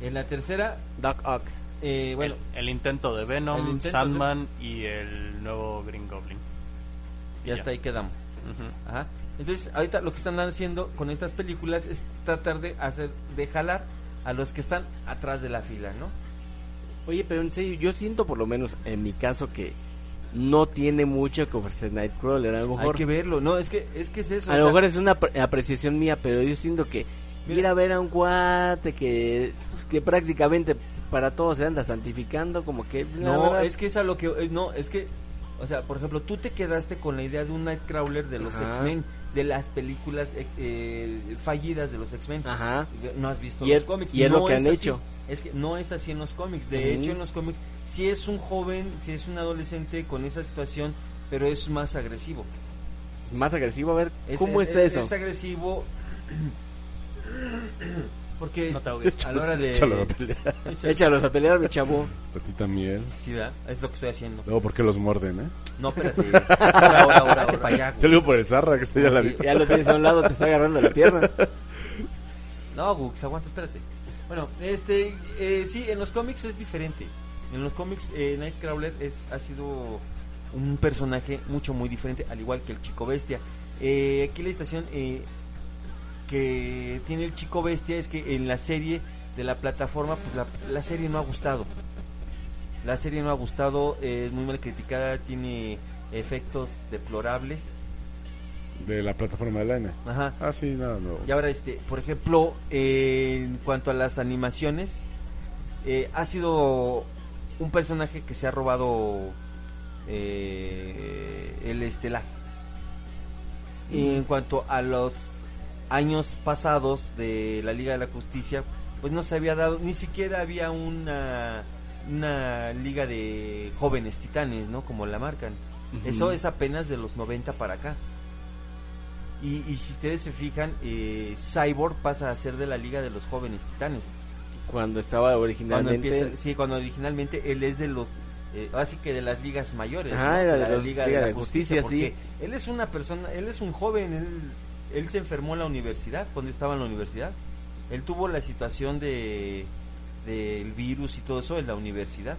[SPEAKER 6] En la tercera,
[SPEAKER 5] Doc Ock.
[SPEAKER 6] eh,
[SPEAKER 7] Bueno,
[SPEAKER 6] bueno,
[SPEAKER 7] el, el intento de Venom,
[SPEAKER 6] el intento de-
[SPEAKER 7] Sandman y el nuevo Green Goblin.
[SPEAKER 6] ya hasta ahí quedamos.
[SPEAKER 7] Ujú.
[SPEAKER 6] Ajá. Entonces, ahorita lo que están haciendo con estas películas es tratar de hacer, de jalar a los que están atrás de la fila, ¿no?
[SPEAKER 5] Oye, pero en serio, yo siento por lo menos en mi caso que no tiene mucho que ofrecer Nightcrawler. A lo mejor,
[SPEAKER 6] Hay que verlo, no, es que es que es eso.
[SPEAKER 5] a
[SPEAKER 6] o
[SPEAKER 5] lo
[SPEAKER 6] sea,
[SPEAKER 5] mejor es una apre- apreciación mía, pero yo siento que
[SPEAKER 6] Mira.
[SPEAKER 5] ir a ver a un cuate que, que prácticamente para todos se anda santificando, como que. la
[SPEAKER 6] no,
[SPEAKER 5] verdad-
[SPEAKER 6] es que es a lo que es- no, es que o sea, por ejemplo, tú te quedaste con la idea de un Nightcrawler de los
[SPEAKER 5] Ajá.
[SPEAKER 6] X-Men, de las películas eh, eh, fallidas de los X-Men.
[SPEAKER 5] Ajá.
[SPEAKER 6] No has visto
[SPEAKER 5] Y
[SPEAKER 6] los
[SPEAKER 5] es-
[SPEAKER 6] cómics.
[SPEAKER 5] y es
[SPEAKER 6] no
[SPEAKER 5] lo que han
[SPEAKER 6] así.
[SPEAKER 5] hecho.
[SPEAKER 6] Es que no es así en los cómics. De
[SPEAKER 5] Ujú.
[SPEAKER 6] hecho, en los cómics, si es un joven, si es un adolescente con esa situación, pero es más agresivo.
[SPEAKER 5] Más agresivo, a ver,
[SPEAKER 6] Es-
[SPEAKER 5] ¿cómo
[SPEAKER 6] es-
[SPEAKER 5] está
[SPEAKER 6] es-
[SPEAKER 5] eso?
[SPEAKER 6] Es agresivo. Porque
[SPEAKER 7] No te ahogues.
[SPEAKER 6] a la hora de...
[SPEAKER 3] Échalo a la pelea.
[SPEAKER 5] Échalos a pelear, mi chavo.
[SPEAKER 3] A ti también.
[SPEAKER 6] Sí, ¿verdad? Es lo que estoy haciendo.
[SPEAKER 3] Luego, ¿por qué los muerden, eh?
[SPEAKER 6] No, espérate. Ahora, ahora, ahora, ahora, para allá,
[SPEAKER 3] Yo
[SPEAKER 6] güey.
[SPEAKER 3] le digo por el zarra, que este ya la vi.
[SPEAKER 5] Ya lo tienes a un lado, te está agarrando la pierna.
[SPEAKER 6] No, Gux, aguanta, espérate. Bueno, este, eh, sí, en los cómics es diferente. En los cómics, eh, Nightcrawler es, ha sido un personaje mucho, muy diferente, al igual que el Chico Bestia. Eh, aquí la estación eh, que tiene el Chico Bestia es que en la serie de la plataforma, pues la, la serie no ha gustado. La serie no ha gustado, eh, es muy mal criticada, tiene efectos deplorables.
[SPEAKER 3] De la plataforma de la N.
[SPEAKER 6] Ajá.
[SPEAKER 3] Ah, sí, nada, no.
[SPEAKER 6] Y ahora, este, por ejemplo, eh, en cuanto a las animaciones, eh, ha sido un personaje que se ha robado eh, el estelar. Y en cuanto a los años pasados de la Liga de la Justicia, pues no se había dado, ni siquiera había una, una liga de jóvenes titanes, ¿no? Como la marcan. Eso es apenas de los 90 para acá. Y, y si ustedes se fijan, eh, Cyborg pasa a ser de la Liga de los Jóvenes Titanes.
[SPEAKER 5] Cuando estaba
[SPEAKER 6] Cuando
[SPEAKER 5] originalmente.
[SPEAKER 6] empieza, sí, cuando originalmente él es de los, eh, así que de las ligas mayores.
[SPEAKER 5] Ah, era de los- Liga de Justicia, sí.
[SPEAKER 6] porque Él es una persona, él es un joven, él, él se enfermó en la universidad, cuando estaba en la universidad. Él tuvo la situación de del virus y todo eso en la universidad.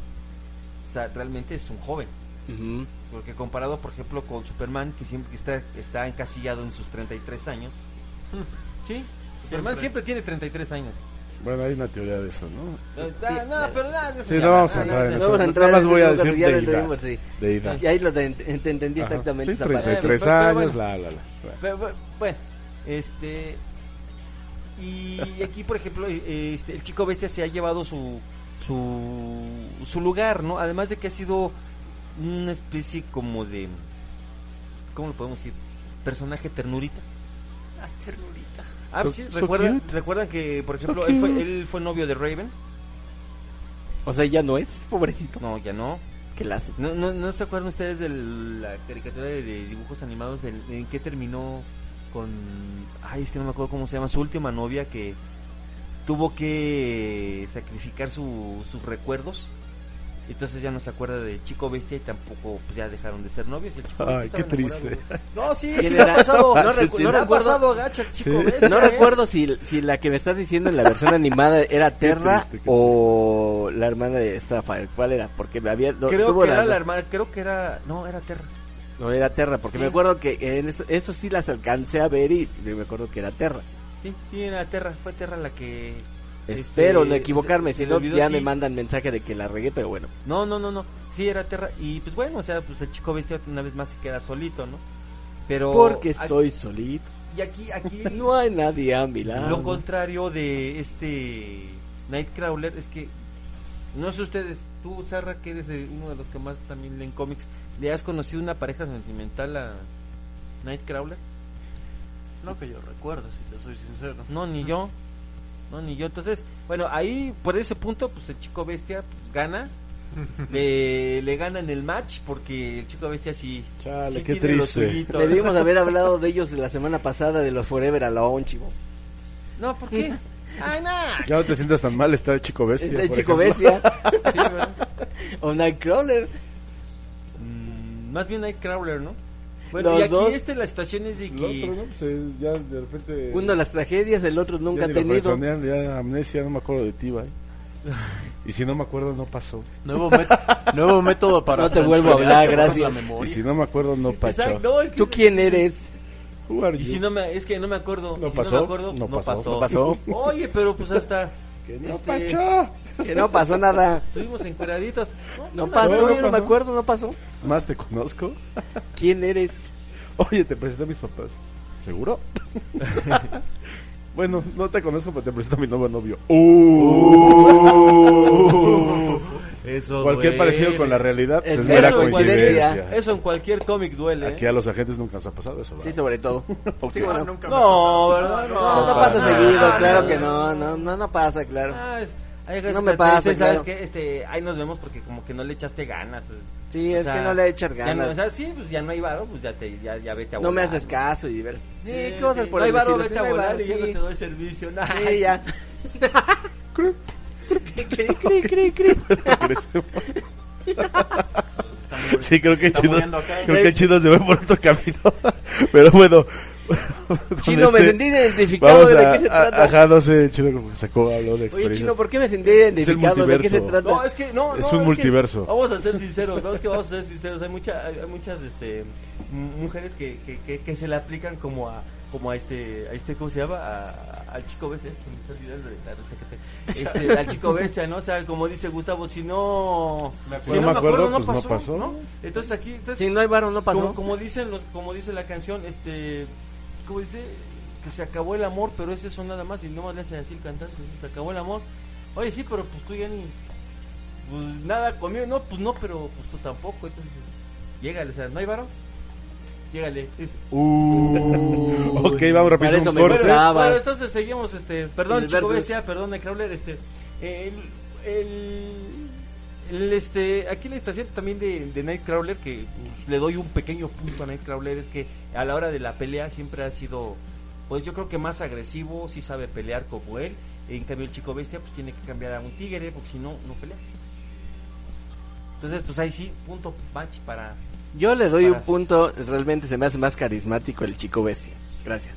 [SPEAKER 6] O sea, realmente es un joven.
[SPEAKER 5] Ujú.
[SPEAKER 6] Porque comparado, por ejemplo, con Superman, que siempre que está, está encasillado en sus 33 años. Sí, Superman siempre tiene 33 años.
[SPEAKER 3] Bueno, hay una teoría de eso, ¿no?
[SPEAKER 6] Ah, no, pero nada, de eso
[SPEAKER 3] Sí,
[SPEAKER 6] ya
[SPEAKER 3] no vamos a
[SPEAKER 6] nada,
[SPEAKER 3] entrar en
[SPEAKER 6] nada,
[SPEAKER 5] Ah, no
[SPEAKER 3] eso.
[SPEAKER 5] vamos a
[SPEAKER 3] Nada
[SPEAKER 5] entrar
[SPEAKER 3] más
[SPEAKER 5] en
[SPEAKER 3] voy a
[SPEAKER 5] eso,
[SPEAKER 3] decir
[SPEAKER 5] porque ya lo
[SPEAKER 3] deidad.
[SPEAKER 5] entendimos, sí.
[SPEAKER 3] Deidad.
[SPEAKER 5] Y ahí lo te, te- te entendí
[SPEAKER 3] Ajá.
[SPEAKER 5] exactamente
[SPEAKER 3] Sí,
[SPEAKER 5] esa parte.
[SPEAKER 3] 33
[SPEAKER 6] Pero- pero
[SPEAKER 3] años,
[SPEAKER 6] bueno.
[SPEAKER 3] la, la, la.
[SPEAKER 6] Pero, bu- bueno, este. Y aquí, por ejemplo, eh, este, el chico bestia se ha llevado su, su, su lugar, ¿no? Además de que ha sido una especie como de. ¿Cómo lo podemos decir? Personaje ternurita. Ah,
[SPEAKER 3] So-
[SPEAKER 6] sí,
[SPEAKER 3] so
[SPEAKER 6] ¿recuerdan,
[SPEAKER 3] cute.
[SPEAKER 6] recuerdan que, por ejemplo, él, fue, él fue novio de Raven.
[SPEAKER 5] O sea, ya no es, pobrecito.
[SPEAKER 6] No, ya no.
[SPEAKER 5] Qué lástima.
[SPEAKER 6] ¿No, no, no se acuerdan ustedes de la caricatura de, de dibujos animados en, en que terminó con... Ay, es que no me acuerdo cómo se llama, su última novia que tuvo que sacrificar su- sus recuerdos. Entonces ya no se acuerda de Chico Bestia y tampoco pues ya dejaron de ser novios. El Chico
[SPEAKER 3] Ay,
[SPEAKER 6] Bestia
[SPEAKER 3] qué
[SPEAKER 6] estaba enamorado.
[SPEAKER 3] triste.
[SPEAKER 6] No, sí,
[SPEAKER 5] ¿Quién
[SPEAKER 6] sí, le
[SPEAKER 5] era?
[SPEAKER 6] ha pasado.
[SPEAKER 5] No recu-
[SPEAKER 6] le
[SPEAKER 5] no
[SPEAKER 6] ha
[SPEAKER 5] recuerdo.
[SPEAKER 6] pasado gacha el Chico
[SPEAKER 3] Sí.
[SPEAKER 6] Bestia.
[SPEAKER 5] No
[SPEAKER 6] ¿eh?
[SPEAKER 5] recuerdo si, si la que me estás diciendo en la versión animada era Terra
[SPEAKER 3] triste, qué
[SPEAKER 5] o la hermana de Starfire. ¿Cuál era? Porque me había. no,
[SPEAKER 6] Creo
[SPEAKER 5] tuvo
[SPEAKER 6] que era
[SPEAKER 5] la-
[SPEAKER 6] la hermana, creo que era... No, era Terra.
[SPEAKER 5] No, era Terra, porque
[SPEAKER 6] Sí.
[SPEAKER 5] me acuerdo que en eso, eso sí las alcancé a ver y me acuerdo que era Terra.
[SPEAKER 6] Sí, sí, era Terra. Fue Terra la que...
[SPEAKER 5] Espero no
[SPEAKER 6] este,
[SPEAKER 5] equivocarme,
[SPEAKER 6] se-
[SPEAKER 5] si
[SPEAKER 6] se le
[SPEAKER 5] no
[SPEAKER 6] olvidó,
[SPEAKER 5] ya
[SPEAKER 6] sí.
[SPEAKER 5] me mandan mensaje de que la regué, pero bueno.
[SPEAKER 6] No, no, no, no. Sí, era Terra. Y pues bueno, o sea, pues el chico bestia una vez más se queda solito, ¿no? Pero.
[SPEAKER 5] Porque
[SPEAKER 6] a-
[SPEAKER 5] estoy solito,
[SPEAKER 6] y aquí, aquí.
[SPEAKER 5] no hay nadie a mi lado.
[SPEAKER 6] lo contrario de este. Nightcrawler es que. No sé ustedes, tú, Sarra, que eres eh, uno de los que más también leen cómics, ¿le has conocido una pareja sentimental a Nightcrawler?
[SPEAKER 2] No que yo recuerdo, si te soy sincero.
[SPEAKER 6] No, ni yo. No, ni yo. Entonces, bueno, ahí por ese punto, pues el chico bestia pues, gana. Le, le ganan el match porque el chico bestia sí.
[SPEAKER 3] Chale,
[SPEAKER 6] sí
[SPEAKER 3] qué
[SPEAKER 6] tiene lo
[SPEAKER 3] triste.
[SPEAKER 6] suyito.
[SPEAKER 5] Debimos haber hablado de ellos la semana pasada de los Forever Alone, chivo.
[SPEAKER 6] No, ¿por qué? Ay, no.
[SPEAKER 3] Ya no te sientas tan mal, está el chico bestia.
[SPEAKER 5] Está el
[SPEAKER 3] por
[SPEAKER 5] Este chico
[SPEAKER 3] ejemplo.
[SPEAKER 5] bestia
[SPEAKER 6] Sí, ¿verdad?
[SPEAKER 5] o Nightcrawler.
[SPEAKER 6] Mm, más bien Nightcrawler, ¿no? Bueno,
[SPEAKER 5] Los
[SPEAKER 6] y aquí
[SPEAKER 5] dos.
[SPEAKER 6] este, la situación es de
[SPEAKER 3] El otro,
[SPEAKER 6] que.
[SPEAKER 3] ¿no? Pues, eh, ya de repente.
[SPEAKER 5] Uno las tragedias, el otro nunca
[SPEAKER 3] ya
[SPEAKER 5] ha
[SPEAKER 3] ni lo
[SPEAKER 5] tenido.
[SPEAKER 3] personean, Ya amnesia, no me acuerdo de ti, bye. Y si no me acuerdo, no pasó.
[SPEAKER 7] Nuevo, met- nuevo método para.
[SPEAKER 5] No te vuelvo a
[SPEAKER 7] transferir
[SPEAKER 5] hablar,
[SPEAKER 7] la
[SPEAKER 5] gracias.
[SPEAKER 3] Y
[SPEAKER 7] memoria.
[SPEAKER 3] si no me acuerdo, no pasó.
[SPEAKER 6] Exacto, pues, no, es que-
[SPEAKER 5] ¿Tú quién eres?
[SPEAKER 3] Who are
[SPEAKER 6] Y
[SPEAKER 3] you?
[SPEAKER 6] si no me, es que no me acuerdo.
[SPEAKER 3] No
[SPEAKER 6] y si
[SPEAKER 3] pasó,
[SPEAKER 6] no me acuerdo,
[SPEAKER 3] no
[SPEAKER 6] no,
[SPEAKER 3] pasó,
[SPEAKER 6] pasó.
[SPEAKER 3] no pasó.
[SPEAKER 6] Oye, pero pues hasta.
[SPEAKER 3] Que no
[SPEAKER 6] este,
[SPEAKER 3] Pacho.
[SPEAKER 5] Que no pasó nada.
[SPEAKER 6] Estuvimos encueraditos.
[SPEAKER 5] No
[SPEAKER 6] me
[SPEAKER 5] pasó,
[SPEAKER 3] no
[SPEAKER 5] yo no me
[SPEAKER 3] pasó.
[SPEAKER 5] acuerdo, no pasó.
[SPEAKER 3] Es más, te conozco.
[SPEAKER 5] ¿Quién eres?
[SPEAKER 3] Oye, te presento a mis papás. ¿Seguro? bueno, no te conozco, pero te presento a mi nuevo novio.
[SPEAKER 6] Eso
[SPEAKER 3] ¡Uh! Cualquier
[SPEAKER 6] duele.
[SPEAKER 3] parecido con la realidad pues,
[SPEAKER 5] Es-
[SPEAKER 3] es mera
[SPEAKER 5] eso,
[SPEAKER 3] coincidencia.
[SPEAKER 5] coincidencia.
[SPEAKER 6] Eso en cualquier cómic duele. ¿eh?
[SPEAKER 3] Aquí a los agentes nunca nos ha pasado eso. ¿verdad?
[SPEAKER 5] Sí, sobre todo.
[SPEAKER 3] Ok.
[SPEAKER 5] Sí, bueno.
[SPEAKER 2] nunca me
[SPEAKER 6] No, ¿verdad?
[SPEAKER 5] No, no
[SPEAKER 3] para
[SPEAKER 5] pasa
[SPEAKER 3] nada.
[SPEAKER 5] seguido, claro que no, no, no, no pasa, claro.
[SPEAKER 6] Ah, es- Ay,
[SPEAKER 5] No
[SPEAKER 6] es
[SPEAKER 5] me
[SPEAKER 6] que te
[SPEAKER 5] pasa,
[SPEAKER 6] dicen,
[SPEAKER 5] claro.
[SPEAKER 6] ¿sabes qué? Este, ahí nos vemos porque como que no le echaste ganas. o-
[SPEAKER 5] Sí,
[SPEAKER 6] o
[SPEAKER 5] es
[SPEAKER 6] sea,
[SPEAKER 5] que no le echas
[SPEAKER 6] ya no- o
[SPEAKER 5] ganas.
[SPEAKER 6] sea, sí, pues ya no hay varo, pues ya, te, ya, ya vete a
[SPEAKER 5] No,
[SPEAKER 6] volar.
[SPEAKER 5] me haces caso y ver. Sí,
[SPEAKER 6] Sí,
[SPEAKER 5] ¿qué vas a hacer
[SPEAKER 6] sí,
[SPEAKER 5] por
[SPEAKER 6] no hay
[SPEAKER 5] el
[SPEAKER 6] varo,
[SPEAKER 5] vecino?
[SPEAKER 6] vete
[SPEAKER 5] Sí,
[SPEAKER 6] a
[SPEAKER 5] no hay
[SPEAKER 6] volar
[SPEAKER 5] varo,
[SPEAKER 6] y ya no
[SPEAKER 5] sí.
[SPEAKER 6] te doy servicio. nada.
[SPEAKER 5] Sí, ya. Cri, cri, cri, cri.
[SPEAKER 3] Sí, creo que
[SPEAKER 7] está
[SPEAKER 3] Chino,
[SPEAKER 7] moviendo acá.
[SPEAKER 3] creo
[SPEAKER 5] Eh.
[SPEAKER 3] que Chino se ve por otro camino. Pero bueno. con
[SPEAKER 5] Chino, me
[SPEAKER 3] este,
[SPEAKER 5] sentí identificado.
[SPEAKER 3] Vamos
[SPEAKER 5] ¿De
[SPEAKER 3] a,
[SPEAKER 5] qué se
[SPEAKER 3] a-
[SPEAKER 5] trata?
[SPEAKER 3] ajá, no sé, Chino como que sacó, habló de
[SPEAKER 5] Oye,
[SPEAKER 3] experiencias.
[SPEAKER 5] Chino, ¿por qué me sentí identificado? ¿De qué se
[SPEAKER 3] multiverso.
[SPEAKER 5] trata?
[SPEAKER 6] No, es que no,
[SPEAKER 3] Es
[SPEAKER 6] no,
[SPEAKER 3] un
[SPEAKER 6] que
[SPEAKER 3] multiverso.
[SPEAKER 6] vamos a ser sinceros, no es que vamos a ser sinceros, hay mucha, hay hay muchas este m- mujeres que, que, que, que se le aplican como a como a este, a este ¿cómo se llama? A- al chico bestia, este, me está olvidando de la receta que te- este, al chico bestia, ¿no? O sea, como dice Gustavo, si no
[SPEAKER 3] acuerdo.
[SPEAKER 6] si
[SPEAKER 3] No me acuerdo, pues, no
[SPEAKER 6] no pasó,
[SPEAKER 3] pasó.
[SPEAKER 6] ¿no? Entonces aquí entonces,
[SPEAKER 5] Si no hay varo, no pasó.
[SPEAKER 6] como, como dicen los como dice la canción, este como dice que se acabó el amor, pero es eso nada más y no más le hacen así el cantante, se acabó el amor. Oye, sí, pero pues tú ya ni pues nada conmigo, no, pues no, pero pues tú tampoco, entonces llégale, o sea, no hay varo. Llégale. Es-
[SPEAKER 3] Ok,
[SPEAKER 5] Para
[SPEAKER 3] vamos rápido.
[SPEAKER 5] eso
[SPEAKER 3] Un
[SPEAKER 5] me
[SPEAKER 3] corte.
[SPEAKER 5] gustaba.
[SPEAKER 6] bueno, entonces seguimos este, perdón,
[SPEAKER 5] El
[SPEAKER 6] chico
[SPEAKER 5] versus.
[SPEAKER 6] bestia, perdón, de Crawler, este el, el el, este, aquí en la estación también de, de Nightcrawler, que pues, le doy un pequeño punto a Nightcrawler, es que a la hora de la pelea siempre ha sido, pues yo creo que más agresivo, sí sabe pelear como él. En cambio, el chico bestia, pues tiene que cambiar a un tigre, porque si no, no pelea. Entonces, pues ahí sí, punto match para.
[SPEAKER 5] Yo le doy
[SPEAKER 6] Para.
[SPEAKER 5] un punto, realmente se me hace más carismático el chico bestia. Gracias.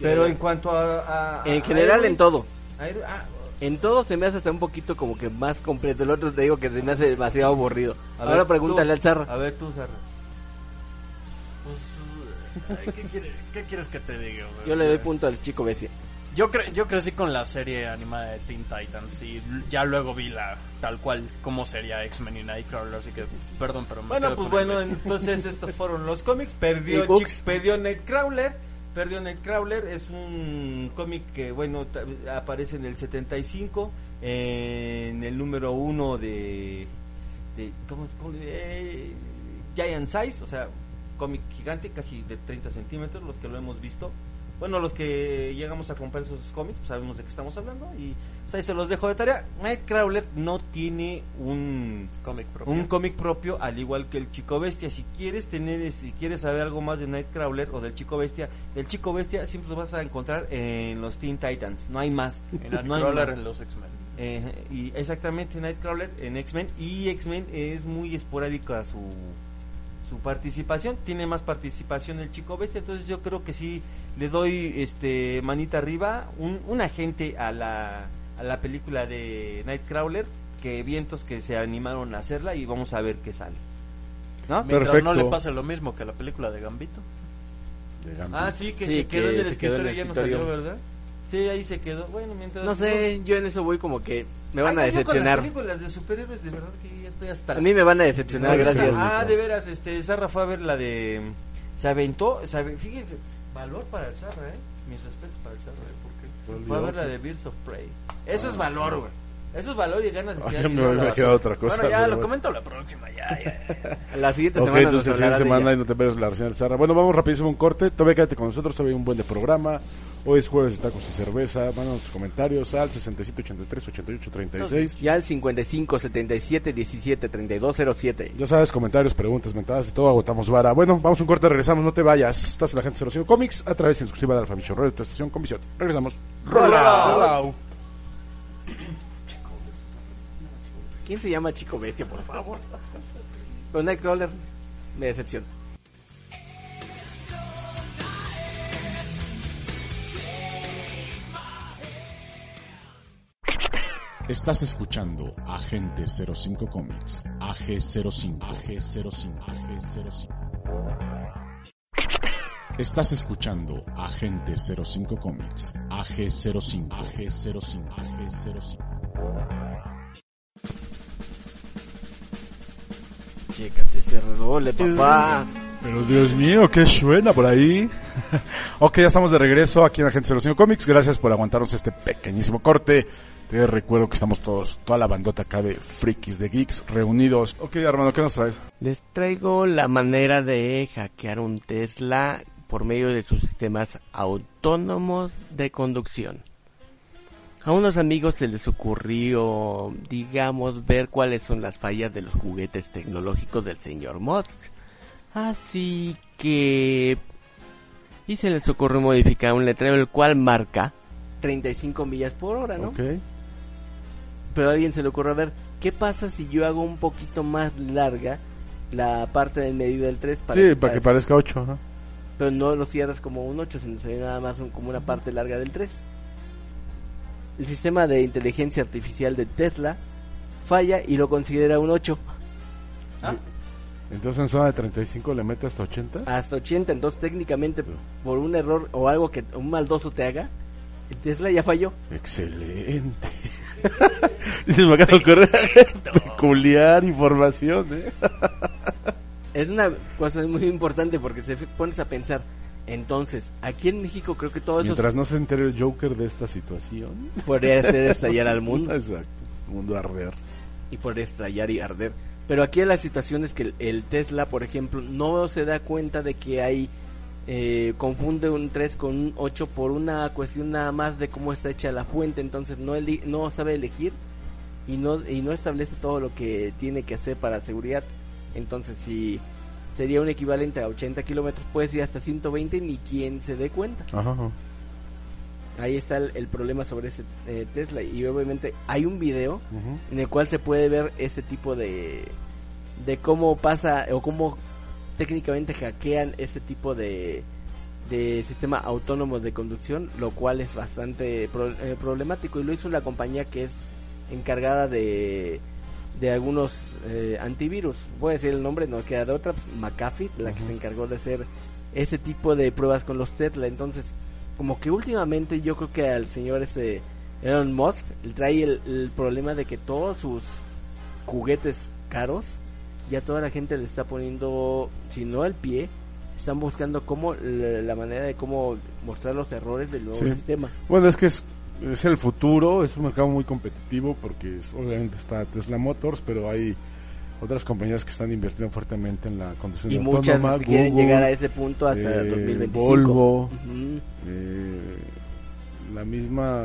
[SPEAKER 6] Pero en cuanto a. ah,
[SPEAKER 5] En general, en todo.
[SPEAKER 6] todo.
[SPEAKER 5] En todo se me hace hasta un poquito como que más completo. El otro te digo que se me hace demasiado aburrido.
[SPEAKER 6] A
[SPEAKER 5] Ahora
[SPEAKER 6] ver,
[SPEAKER 5] pregúntale
[SPEAKER 6] tú.
[SPEAKER 5] al Zarra.
[SPEAKER 6] A ver tú, Zarra.
[SPEAKER 2] Pues, ay, ¿qué, quiere- ¿Qué quieres que te diga? güey?
[SPEAKER 5] Yo le doy punto al chico bestia.
[SPEAKER 4] Yo, cre- yo crecí con la serie animada de Teen Titans y l- ya luego vi la tal cual como sería X-Men y Nightcrawler, así que perdón, pero me
[SPEAKER 6] Bueno,
[SPEAKER 4] quedo
[SPEAKER 6] pues
[SPEAKER 4] con el
[SPEAKER 6] bueno,
[SPEAKER 4] bestia.
[SPEAKER 6] entonces estos fueron los cómics.
[SPEAKER 5] Y
[SPEAKER 6] Perdió,
[SPEAKER 5] books.
[SPEAKER 6] Chick- perdió Nightcrawler. Perdió Nightcrawler. Es un cómic que, bueno, ta- aparece en el 75. En el número uno de. de ¿Cómo cómo le- eh, Giant Size. O sea, cómic gigante, casi de 30 centímetros. Los que lo hemos visto. Bueno, los que llegamos a comprar esos cómics, pues sabemos de qué estamos hablando. Y pues ahí se los dejo de tarea. Nightcrawler no tiene un
[SPEAKER 7] Cómic propio.
[SPEAKER 6] un cómic propio al igual que el Chico Bestia. Si quieres tener, este, si quieres saber algo más de Nightcrawler o del Chico Bestia, del Chico Bestia siempre lo vas a encontrar en los Teen Titans. No hay más.
[SPEAKER 4] En
[SPEAKER 6] no hay
[SPEAKER 4] Nightcrawler,
[SPEAKER 6] más.
[SPEAKER 4] en los X-Men.
[SPEAKER 6] Eh, y exactamente Nightcrawler en X-Men y X-Men es muy esporádica su su participación tiene más participación el chico bestia entonces yo creo que sí le doy este manita arriba un, un agente a la a la película de Nightcrawler que vientos que se animaron a hacerla y vamos a ver qué sale ¿no?
[SPEAKER 3] Me-
[SPEAKER 7] Mientras
[SPEAKER 3] Ah,
[SPEAKER 7] no
[SPEAKER 3] Perfecto.
[SPEAKER 7] le pase lo mismo que a la película de Gambito.
[SPEAKER 6] ah sí que
[SPEAKER 5] Sí,
[SPEAKER 6] se quedó
[SPEAKER 5] que
[SPEAKER 6] en el
[SPEAKER 5] se quedó en
[SPEAKER 6] escritorio
[SPEAKER 5] el
[SPEAKER 6] y ya no
[SPEAKER 5] escritorio.
[SPEAKER 6] salió verdad sí ahí se quedó bueno mientras
[SPEAKER 5] No sé, yo en eso voy como que me van a
[SPEAKER 6] Ay, no, yo con las
[SPEAKER 5] decepcionar.
[SPEAKER 6] películas de superhéroes de verdad que ya estoy hasta
[SPEAKER 5] A
[SPEAKER 6] la
[SPEAKER 5] mí me van a decepcionar,
[SPEAKER 3] No,
[SPEAKER 5] gracias.
[SPEAKER 3] sí.
[SPEAKER 6] Ah, de veras, este, Zarra fue a ver la de... Se aventó, se ave- fíjense, valor para el Zarra, ¿eh? Mis respetos para el Zarra, ¿eh? Porque fue a ver la de Birds of Prey. Eso es valor, güey. Eso es valor y ganas de
[SPEAKER 3] Ah,
[SPEAKER 6] tirar
[SPEAKER 3] ya me
[SPEAKER 6] dinero a la
[SPEAKER 3] había
[SPEAKER 6] basura.
[SPEAKER 3] quedado otra cosa.
[SPEAKER 4] bueno, ya
[SPEAKER 3] pero
[SPEAKER 4] lo
[SPEAKER 3] bueno.
[SPEAKER 4] comento la próxima, ya, ya, ya.
[SPEAKER 5] La siguiente
[SPEAKER 3] Ok,
[SPEAKER 5] semana nos
[SPEAKER 3] entonces la siguiente
[SPEAKER 5] hablará de
[SPEAKER 3] semana
[SPEAKER 5] ella.
[SPEAKER 3] y no te pierdas la reseña del Zarra. Bueno, vamos rapidísimo a un corte. Todavía quédate con nosotros, todavía hay un buen de programa. Hoy es jueves de tacos y cerveza. Mándanos tus comentarios al 6783-8836.
[SPEAKER 5] Ya al 55 77 17 32 07.
[SPEAKER 3] Ya sabes, comentarios, preguntas, mentadas, de todo agotamos vara. Bueno, vamos a un corte, regresamos, no te vayas. Estás en la gente 05 Comics a través de exclusiva de Alfa Michon Radio, tu estación con visión. Regresamos.
[SPEAKER 5] ¿Quién se llama Chico Bestia, por favor? Con Nightcrawler me decepciona.
[SPEAKER 1] Estás escuchando Agente 05 Comics, AG05, AG05, AG05. Estás escuchando Agente 05 Comics, AG05, AG05, AG05.
[SPEAKER 5] Chécate ese redoble, papá.
[SPEAKER 3] Pero Dios mío, qué suena por ahí. ok, ya estamos de regreso aquí en Agente 05 Comics. Gracias por aguantarnos este pequeñísimo corte. Te recuerdo que estamos todos, toda la bandota acá de frikis, de geeks, reunidos. Ok, Armando, ¿qué nos traes?
[SPEAKER 5] Les traigo la manera de hackear un Tesla por medio de sus sistemas autónomos de conducción. A unos amigos se les ocurrió, digamos, ver cuáles son las fallas de los juguetes tecnológicos del señor Musk. Así que... Y se les ocurrió modificar un letrero el cual marca 35 millas por hora, ¿no?
[SPEAKER 3] Ok.
[SPEAKER 5] Pero a alguien se le ocurrió, a ver, ¿qué pasa si yo hago un poquito más larga la parte del medio del 3 para
[SPEAKER 3] sí, para que parezca 8. Ajá.
[SPEAKER 5] Pero no lo cierras como un 8, sino sería nada más un- como una parte larga del 3. El sistema de inteligencia artificial de Tesla falla y lo considera un 8
[SPEAKER 3] Entonces en zona de 35 le mete hasta 80.
[SPEAKER 5] hasta 80. Entonces, técnicamente, por un error o algo que un maldoso te haga, el Tesla ya falló.
[SPEAKER 3] Excelente. Y se me acaba de ocurrir peculiar información, ¿eh?
[SPEAKER 5] Es una cosa muy importante porque te pones a pensar. Entonces, aquí en México creo que todo eso
[SPEAKER 3] Mientras no se entere el Joker de esta situación.
[SPEAKER 5] podría hacer estallar al mundo.
[SPEAKER 3] Exacto. Mundo arder.
[SPEAKER 5] y por estallar y arder. Pero aquí la situación es que el, el Tesla, por ejemplo, no se da cuenta de que hay... eh, confunde un 3 con un 8 por una cuestión nada más de cómo está hecha la fuente, entonces no, eli- no sabe elegir y no, y no establece todo lo que tiene que hacer para seguridad. Entonces si sería un equivalente a 80 kilómetros, puedes ir hasta 120 ni quien se dé cuenta
[SPEAKER 3] Ajá.
[SPEAKER 5] ahí está el, el problema sobre ese eh, Tesla y obviamente hay un video en el cual se puede ver ese tipo de de cómo pasa o cómo técnicamente hackean ese tipo de de sistema autónomo de conducción lo cual es bastante pro- eh, problemático y lo hizo la compañía que es encargada de de algunos eh, antivirus voy a decir el nombre no queda de otra pues, McAfee la que se encargó de hacer ese tipo de pruebas con los Tesla entonces como que últimamente yo creo que al señor ese Elon Musk le trae el, el problema de que todos sus juguetes caros ya toda la gente le está poniendo si no el pie están buscando cómo la, la manera de cómo mostrar los errores del nuevo
[SPEAKER 3] Sí.
[SPEAKER 5] sistema
[SPEAKER 3] Bueno, es que es, es el futuro, es un mercado muy competitivo porque es- obviamente está Tesla Motors, pero hay otras compañías que están invirtiendo fuertemente en la conducción
[SPEAKER 5] y
[SPEAKER 3] autónoma.
[SPEAKER 5] muchas quieren
[SPEAKER 3] Google,
[SPEAKER 5] llegar a ese punto hasta
[SPEAKER 3] eh,
[SPEAKER 5] 2025
[SPEAKER 3] Volvo,
[SPEAKER 5] Ujú.
[SPEAKER 3] eh, la misma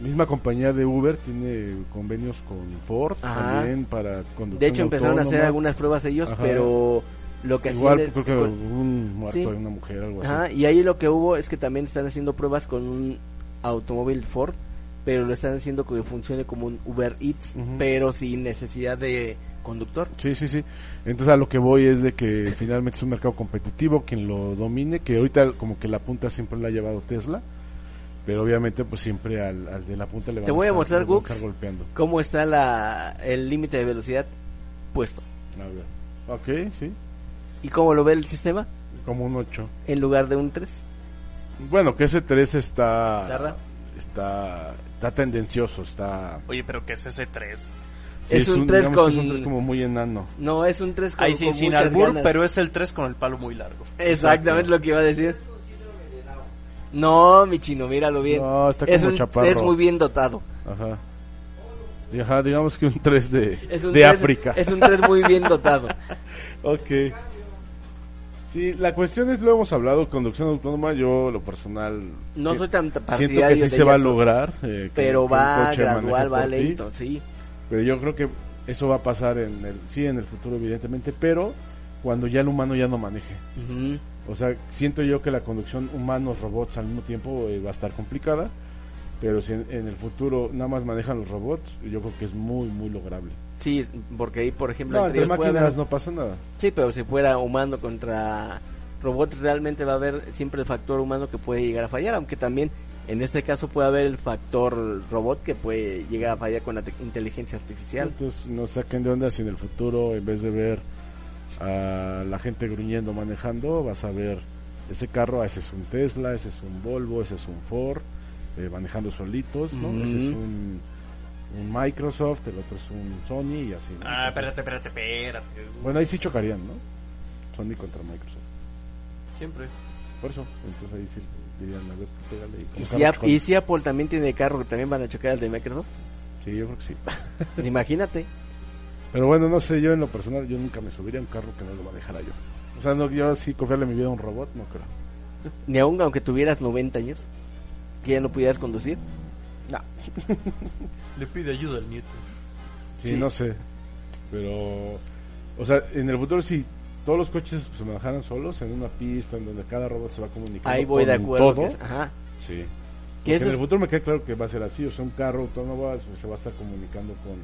[SPEAKER 3] misma compañía de Uber tiene convenios con Ford
[SPEAKER 5] Ajá.
[SPEAKER 3] también para conducción
[SPEAKER 5] de hecho empezaron a hacer
[SPEAKER 3] autónoma.
[SPEAKER 5] algunas pruebas ellos
[SPEAKER 3] Ajá.
[SPEAKER 5] pero lo que hacían
[SPEAKER 3] Igual
[SPEAKER 5] de-
[SPEAKER 3] creo que
[SPEAKER 5] con-
[SPEAKER 3] hubo un muerto
[SPEAKER 5] Sí.
[SPEAKER 3] de una mujer algo así.
[SPEAKER 5] Ajá, y ahí lo que hubo es que también están haciendo pruebas con un automóvil Ford, pero lo están haciendo que funcione como un Uber Eats,
[SPEAKER 3] Ujú.
[SPEAKER 5] pero sin necesidad de conductor.
[SPEAKER 3] Sí, sí, sí. Entonces a lo que voy es de que finalmente es un mercado competitivo, quien lo domine, que ahorita como que la punta siempre la ha llevado Tesla, pero obviamente pues siempre al, al de la punta le van
[SPEAKER 5] Te voy a
[SPEAKER 3] estar-
[SPEAKER 5] mostrar,
[SPEAKER 3] le van a
[SPEAKER 5] Gux.
[SPEAKER 3] estar golpeando.
[SPEAKER 5] ¿Cómo está la, el límite de velocidad puesto?
[SPEAKER 3] A ver. Ok, sí,
[SPEAKER 5] ¿Y cómo lo ve el sistema?
[SPEAKER 3] como un 8.
[SPEAKER 5] En lugar de un 3.
[SPEAKER 3] Bueno, que ese 3 está...
[SPEAKER 5] ¿Zarra?
[SPEAKER 3] Está, está tendencioso, está...
[SPEAKER 4] Oye, pero ¿qué es ese 3?
[SPEAKER 3] sí,
[SPEAKER 5] Es un tres
[SPEAKER 3] digamos
[SPEAKER 5] con-
[SPEAKER 3] que Es un 3 como muy enano.
[SPEAKER 5] No, es un 3 con,
[SPEAKER 4] Ahí sí,
[SPEAKER 5] con
[SPEAKER 4] sin
[SPEAKER 5] muchas
[SPEAKER 4] albur,
[SPEAKER 5] ganas. Eh,
[SPEAKER 4] pero es el 3 con el palo muy largo.
[SPEAKER 5] Exactamente lo que iba a decir. No, mi chino, míralo bien.
[SPEAKER 3] No, está
[SPEAKER 5] es,
[SPEAKER 3] como
[SPEAKER 5] un-
[SPEAKER 3] chaparro.
[SPEAKER 5] es muy bien dotado.
[SPEAKER 3] Ajá. Y ajá, digamos que un 3 de,
[SPEAKER 5] Es un
[SPEAKER 3] de
[SPEAKER 5] tres-
[SPEAKER 3] África.
[SPEAKER 5] Es un 3 muy bien dotado.
[SPEAKER 3] Ok. Sí, la cuestión es, lo hemos hablado, conducción autónoma, yo lo personal...
[SPEAKER 5] No
[SPEAKER 3] si-
[SPEAKER 5] soy tan partidario
[SPEAKER 3] Siento que sí
[SPEAKER 5] de
[SPEAKER 3] se va a
[SPEAKER 5] ella,
[SPEAKER 3] lograr. eh, que- que
[SPEAKER 5] pero
[SPEAKER 3] un
[SPEAKER 5] va
[SPEAKER 3] coche maneje
[SPEAKER 5] gradual, va
[SPEAKER 3] por ti,
[SPEAKER 5] lento, sí.
[SPEAKER 3] Pero yo creo que eso va a pasar en el, sí, en el futuro, evidentemente, pero cuando ya el humano ya no maneje.
[SPEAKER 5] Ujú.
[SPEAKER 3] O sea, siento yo que la conducción humanos-robots al mismo tiempo eh, va a estar complicada, pero si en, en el futuro nada más manejan los robots, yo creo que es muy, muy lograble.
[SPEAKER 5] Sí, porque ahí, por ejemplo,
[SPEAKER 3] No,
[SPEAKER 5] entre
[SPEAKER 3] entre
[SPEAKER 5] ellos puede
[SPEAKER 3] máquinas
[SPEAKER 5] haber-
[SPEAKER 3] no pasa nada.
[SPEAKER 5] Sí, pero si fuera humano contra robots, realmente va a haber siempre el factor humano que puede llegar a fallar, aunque también en este caso puede haber el factor robot que puede llegar a fallar con la te- inteligencia artificial.
[SPEAKER 3] Entonces no saquen de onda si en el futuro, en vez de ver a la gente gruñendo manejando, vas a ver ese carro, ah, ese es un Tesla, ese es un Volvo, ese es un Ford, eh, manejando solitos, ¿no?
[SPEAKER 5] Ujú.
[SPEAKER 3] Ese es un, un Microsoft, el otro es un Sony y así. ¿no?
[SPEAKER 4] Ah,
[SPEAKER 3] Entonces,
[SPEAKER 4] espérate, espérate, espérate.
[SPEAKER 3] Bueno, ahí sí chocarían, ¿no? Sony contra Microsoft.
[SPEAKER 4] Siempre.
[SPEAKER 3] Por eso, entonces ahí sí dirían, a ver, pégale. con
[SPEAKER 5] Y
[SPEAKER 3] carro
[SPEAKER 5] si, Ap-
[SPEAKER 3] chocón.
[SPEAKER 5] y si Apple también tiene carro, que también van a chocar al de Microsoft.
[SPEAKER 3] Sí, yo creo que sí.
[SPEAKER 5] Imagínate.
[SPEAKER 3] Pero bueno, no sé, yo en lo personal, yo nunca me subiría a un carro que no lo manejara yo. O sea, no, yo así confiarle mi vida a un robot, no creo.
[SPEAKER 5] Ni aun aunque tuvieras 90 años, que ya no pudieras conducir.
[SPEAKER 7] Le pide ayuda al nieto.
[SPEAKER 3] Sí,
[SPEAKER 4] Sí.
[SPEAKER 3] no sé. Pero, o sea, en el futuro si todos los coches se manejaran solos en una pista en donde cada robot se va comunicando.
[SPEAKER 4] Ahí voy de
[SPEAKER 3] con
[SPEAKER 4] acuerdo.
[SPEAKER 3] todo.
[SPEAKER 4] que es- ajá.
[SPEAKER 3] Sí.
[SPEAKER 4] Que
[SPEAKER 3] Porque
[SPEAKER 4] eso
[SPEAKER 3] en
[SPEAKER 4] es-
[SPEAKER 3] el futuro me queda claro que va a ser así. O sea, un carro autónomo va- se va a estar comunicando con,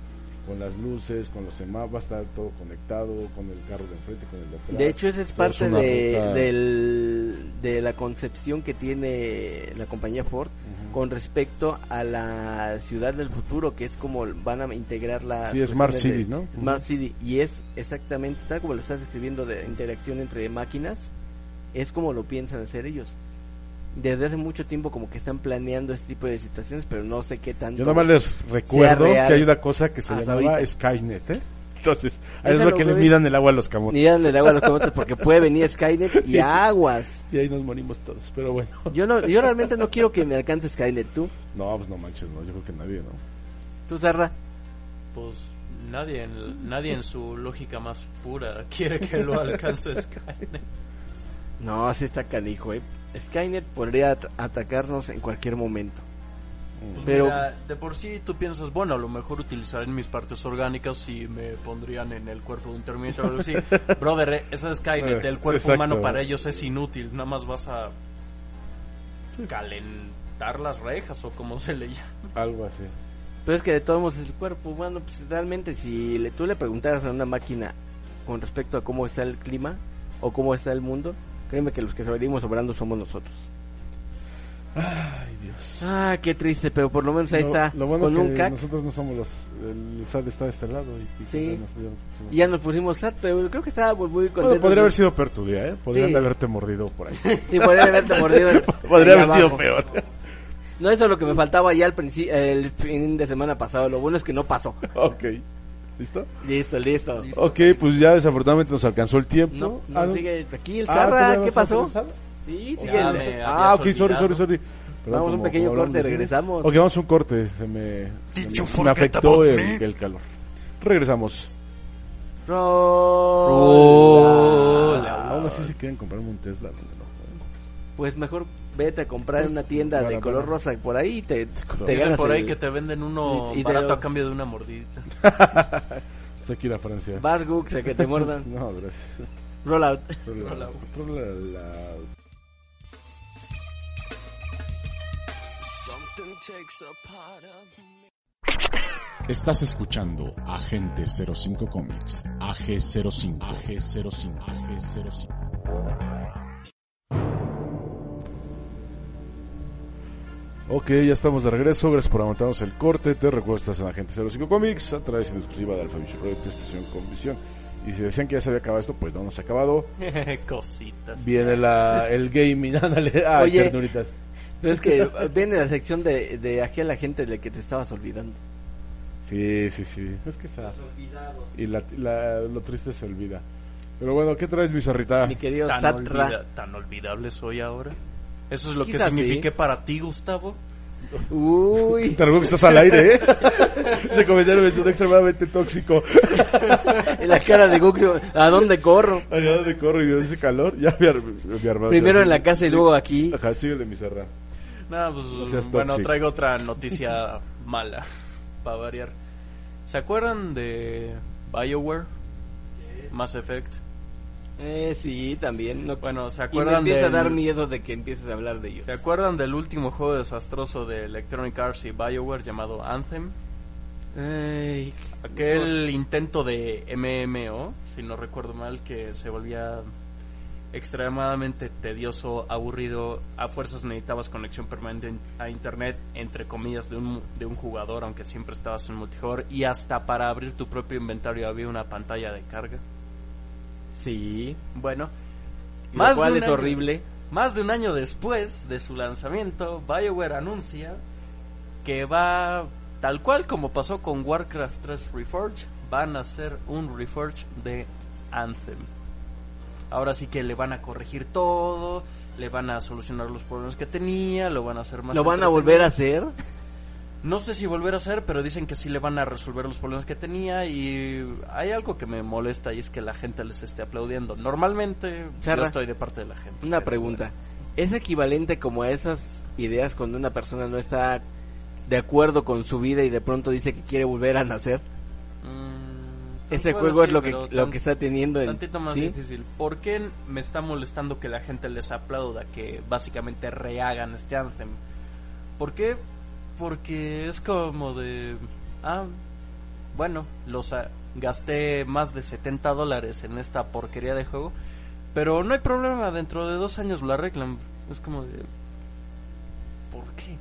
[SPEAKER 3] con las luces, con los semáforos, va a estar todo conectado con el carro de enfrente, con el de atrás.
[SPEAKER 4] De hecho, esa es
[SPEAKER 3] Pero
[SPEAKER 4] parte
[SPEAKER 3] una
[SPEAKER 4] de,
[SPEAKER 3] ruta-
[SPEAKER 4] del- de la concepción que tiene la compañía Ford
[SPEAKER 3] Ujú.
[SPEAKER 4] con respecto a la ciudad del futuro, que es como van a integrar la...
[SPEAKER 3] Sí, Smart City, ¿no?
[SPEAKER 4] Smart City, y es exactamente tal como lo estás describiendo de interacción entre máquinas, es como lo piensan hacer ellos. Desde hace mucho tiempo como que están planeando este tipo de situaciones, pero no sé qué tanto...
[SPEAKER 3] Yo nada más les recuerdo que
[SPEAKER 4] real.
[SPEAKER 3] hay una cosa que se
[SPEAKER 4] Hasta
[SPEAKER 3] llamaba
[SPEAKER 4] ahorita.
[SPEAKER 3] Skynet, ¿eh? Entonces, ahí es
[SPEAKER 4] Esa
[SPEAKER 3] lo
[SPEAKER 4] lo
[SPEAKER 3] que le
[SPEAKER 4] ve-
[SPEAKER 3] midan el agua a los camotes.
[SPEAKER 4] Ni dándole agua a los cometas porque puede venir Skynet y aguas.
[SPEAKER 3] Y ahí nos morimos todos, pero bueno.
[SPEAKER 4] Yo no, yo realmente no quiero que me alcance Skynet, tú,
[SPEAKER 3] No, pues no manches, no, yo creo que nadie, ¿no?
[SPEAKER 4] tú Zarra.
[SPEAKER 7] Pues nadie en, nadie en su lógica más pura quiere que lo alcance Skynet.
[SPEAKER 4] No, así está canijo, eh. Skynet podría at- atacarnos en cualquier momento.
[SPEAKER 7] Pues
[SPEAKER 4] Pero-
[SPEAKER 7] mira, de por sí tú piensas, bueno, a lo mejor utilizaré mis partes orgánicas y me pondrían en el cuerpo de un Terminator o algo así. Brother, eh, esa Skynet,
[SPEAKER 3] Eh,
[SPEAKER 7] el cuerpo
[SPEAKER 3] exacto.
[SPEAKER 7] humano para ellos es inútil, nada más vas a calentar las rejas o como se le llama.
[SPEAKER 3] Algo así.
[SPEAKER 4] Pero es que de todos modos el cuerpo humano, pues realmente si le, tú le preguntaras a una máquina con respecto a cómo está el clima o cómo está el mundo, créeme que los que salimos sobrando somos nosotros.
[SPEAKER 3] Ay, Dios.
[SPEAKER 4] Ah, qué triste, pero por lo menos ahí
[SPEAKER 3] Lo-
[SPEAKER 4] está,
[SPEAKER 3] Lo bueno
[SPEAKER 4] con
[SPEAKER 3] que
[SPEAKER 4] un cac.
[SPEAKER 3] nosotros no somos los. El SAT está de este lado y, y
[SPEAKER 4] Sí.
[SPEAKER 3] nos- ya nos pusimos-
[SPEAKER 4] Y ya nos pusimos sat, pero creo que estábamos muy
[SPEAKER 3] Bueno,
[SPEAKER 4] contentos.
[SPEAKER 3] podría haber sido peor tu día, ¿eh? Podrían
[SPEAKER 4] Sí.
[SPEAKER 3] haberte mordido por ahí.
[SPEAKER 4] Sí, podría haberte mordido. el-
[SPEAKER 3] Podría
[SPEAKER 4] ahí
[SPEAKER 3] haber sido
[SPEAKER 4] abajo.
[SPEAKER 3] peor.
[SPEAKER 4] No, eso es lo que me faltaba ya al principio, el fin de semana pasado. Lo bueno es que no pasó.
[SPEAKER 3] ok. ¿Listo?
[SPEAKER 4] Listo, listo.
[SPEAKER 3] Ok, pues ya desafortunadamente nos alcanzó el tiempo.
[SPEAKER 4] No, no,
[SPEAKER 3] Ah, no.
[SPEAKER 4] sigue aquí el
[SPEAKER 3] Ah,
[SPEAKER 4] Zarra,
[SPEAKER 3] ¿tú ya
[SPEAKER 4] ¿qué
[SPEAKER 3] vas a
[SPEAKER 4] pasó?
[SPEAKER 3] regresar?
[SPEAKER 4] Sí, sigue
[SPEAKER 7] Ya
[SPEAKER 4] el-
[SPEAKER 7] me
[SPEAKER 3] Ah, ok,
[SPEAKER 7] habías
[SPEAKER 3] sorry,
[SPEAKER 7] olvidado.
[SPEAKER 3] sorry, sorry. Perdón,
[SPEAKER 4] Vamos a un pequeño
[SPEAKER 3] hablamos
[SPEAKER 4] corte,
[SPEAKER 3] de cine.
[SPEAKER 4] regresamos.
[SPEAKER 3] Ok, vamos a un corte. Se me,
[SPEAKER 7] Did
[SPEAKER 3] se
[SPEAKER 7] you
[SPEAKER 3] me- me
[SPEAKER 7] forget
[SPEAKER 3] afectó
[SPEAKER 7] about
[SPEAKER 3] el,
[SPEAKER 7] me?
[SPEAKER 3] el calor. Regresamos.
[SPEAKER 4] Rola.
[SPEAKER 3] Aún así, si quieren comprarme un Tesla, no, no.
[SPEAKER 4] Pues mejor vete a comprar en una tienda
[SPEAKER 3] Bueno,
[SPEAKER 4] de color
[SPEAKER 3] bueno.
[SPEAKER 4] rosa por ahí y te, te
[SPEAKER 7] Dicen
[SPEAKER 4] ganas
[SPEAKER 7] por ahí
[SPEAKER 4] el-
[SPEAKER 7] que te venden uno
[SPEAKER 4] y- y te-
[SPEAKER 7] barato a cambio de una mordidita.
[SPEAKER 3] Está aquí la Francia.
[SPEAKER 4] Vas, Gux, a que te muerdan.
[SPEAKER 3] No, gracias.
[SPEAKER 4] Rollout.
[SPEAKER 3] Rola- rola- la-
[SPEAKER 1] Estás escuchando Agente 05 Comics, AG05, AG05, AG05.
[SPEAKER 3] Ok, ya estamos de regreso. Gracias por aguantarnos el corte. Te recuerdo estás en Agente 05 Comics a través en exclusiva de Alpha Vision Project, estación con visión. Y si decían que ya se había acabado esto, pues no nos ha acabado.
[SPEAKER 7] Cositas.
[SPEAKER 3] Viene la, el gaming. Ándale. Ay,
[SPEAKER 4] Oye.
[SPEAKER 3] ternuritas.
[SPEAKER 4] Pero es que viene la sección de, de aquí a la gente de la que te estabas olvidando.
[SPEAKER 3] Sí, sí, sí. Es que esa. Y la, la- lo triste se olvida. Pero bueno, ¿qué traes, bizarrita?
[SPEAKER 4] Mi querido
[SPEAKER 7] Tan,
[SPEAKER 4] Satra.
[SPEAKER 7] olvida- tan olvidable soy ahora. Eso es lo
[SPEAKER 4] Quizás
[SPEAKER 7] que signifiqué
[SPEAKER 4] sí.
[SPEAKER 7] para ti, Gustavo.
[SPEAKER 4] Uy.
[SPEAKER 3] Te recuerdo que estás al aire, ¿eh? Ese comentario me sonó extremadamente tóxico.
[SPEAKER 4] En la cara de Gux, ¿a dónde corro?
[SPEAKER 3] Allá donde corro y veo ese calor, ya me, ar- me armaron.
[SPEAKER 4] Primero en la casa y luego aquí.
[SPEAKER 3] Ajá, sigue el de bizarra.
[SPEAKER 7] Nada, pues,
[SPEAKER 3] seas
[SPEAKER 7] bueno,
[SPEAKER 3] tóxico.
[SPEAKER 7] traigo otra noticia mala, para variar. ¿Se acuerdan de BioWare? Mass Effect.
[SPEAKER 4] Eh, sí, también. No,
[SPEAKER 7] Bueno, ¿se
[SPEAKER 4] y me
[SPEAKER 7] acuerdan,
[SPEAKER 4] empieza a
[SPEAKER 7] del,
[SPEAKER 4] dar miedo de que empieces a hablar de ellos.
[SPEAKER 7] ¿se acuerdan del último juego desastroso de Electronic Arts y BioWare llamado Anthem?
[SPEAKER 4] Ay,
[SPEAKER 7] Aquel intento de MMO, si no recuerdo mal, que se volvía extremadamente tedioso, aburrido, a fuerzas necesitabas conexión permanente en- a internet, entre comillas, de un, de un jugador, aunque siempre estabas en multijugador, y hasta para abrir tu propio inventario había una pantalla de carga.
[SPEAKER 4] sí.
[SPEAKER 7] Bueno,
[SPEAKER 4] Lo
[SPEAKER 7] más de
[SPEAKER 4] cual
[SPEAKER 7] un
[SPEAKER 4] es
[SPEAKER 7] año-
[SPEAKER 4] horrible.
[SPEAKER 7] más de un año después de su lanzamiento, BioWare anuncia que va, tal cual como pasó con Warcraft 3 Reforged, van a hacer un Reforge de Anthem. Ahora sí que le van a corregir todo, le van a solucionar los problemas que tenía, lo van a hacer más...
[SPEAKER 4] ¿Lo van a volver a
[SPEAKER 7] entretenido.
[SPEAKER 4] hacer?
[SPEAKER 7] No sé si volver a hacer, pero dicen que sí le van a resolver los problemas que tenía y hay algo que me molesta y es que la gente les esté aplaudiendo. Normalmente yo
[SPEAKER 4] Charra.
[SPEAKER 7] estoy de parte de la gente.
[SPEAKER 4] Una
[SPEAKER 7] pero bueno.
[SPEAKER 4] pregunta. ¿Es equivalente como a esas ideas cuando una persona no está
[SPEAKER 5] de acuerdo con su vida y de pronto dice que quiere volver a nacer.
[SPEAKER 7] Mm,
[SPEAKER 5] Ese
[SPEAKER 7] bueno,
[SPEAKER 5] juego
[SPEAKER 7] sí,
[SPEAKER 5] es lo que,
[SPEAKER 7] pero
[SPEAKER 5] lo
[SPEAKER 7] tan-
[SPEAKER 5] que está teniendo en...
[SPEAKER 7] Tantito más
[SPEAKER 5] ¿sí?
[SPEAKER 7] difícil. ¿Por qué me está molestando que la gente les aplauda que básicamente rehagan este anthem? ¿Por qué? Porque es como de... Ah, bueno, los ah, gasté más de 70 dólares en esta porquería de juego. Pero no hay problema, dentro de dos años lo arreglan. Es como de... ¿Por qué?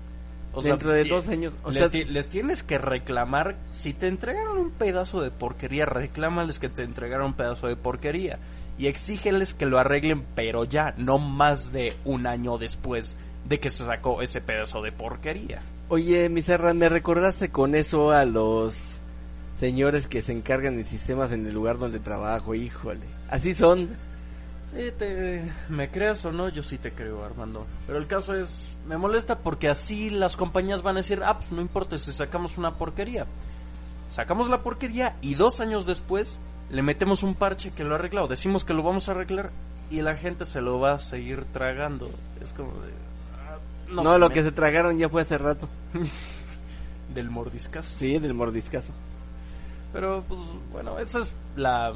[SPEAKER 7] O sea,
[SPEAKER 5] Dentro de
[SPEAKER 7] ti-
[SPEAKER 5] dos años. O
[SPEAKER 7] les,
[SPEAKER 5] sea,
[SPEAKER 7] ti- les tienes que reclamar. Si te entregaron un pedazo de porquería, reclámales que te entregaron un pedazo de porquería. Y exígeles que lo arreglen, pero ya, no más de un año después de que se sacó ese pedazo de porquería.
[SPEAKER 5] Oye, Miserra, ¿me recordaste con eso a los señores que se encargan de sistemas en el lugar donde trabajo? Híjole. Así son.
[SPEAKER 7] Sí, te- me creas o no, yo sí te creo, Armando. Pero el caso es, me molesta porque así las compañías van a decir, ah, pues no importa si sacamos una porquería. Sacamos la porquería y dos años después le metemos un parche que lo arregla o decimos que lo vamos a arreglar y la gente se lo va a seguir tragando. Es como de... ah,
[SPEAKER 5] No,
[SPEAKER 7] sé,
[SPEAKER 5] lo
[SPEAKER 7] men,
[SPEAKER 5] que se tragaron ya fue hace rato.
[SPEAKER 7] Del mordiscas.
[SPEAKER 5] Sí, del mordiscazo.
[SPEAKER 7] Pero pues bueno, esa es la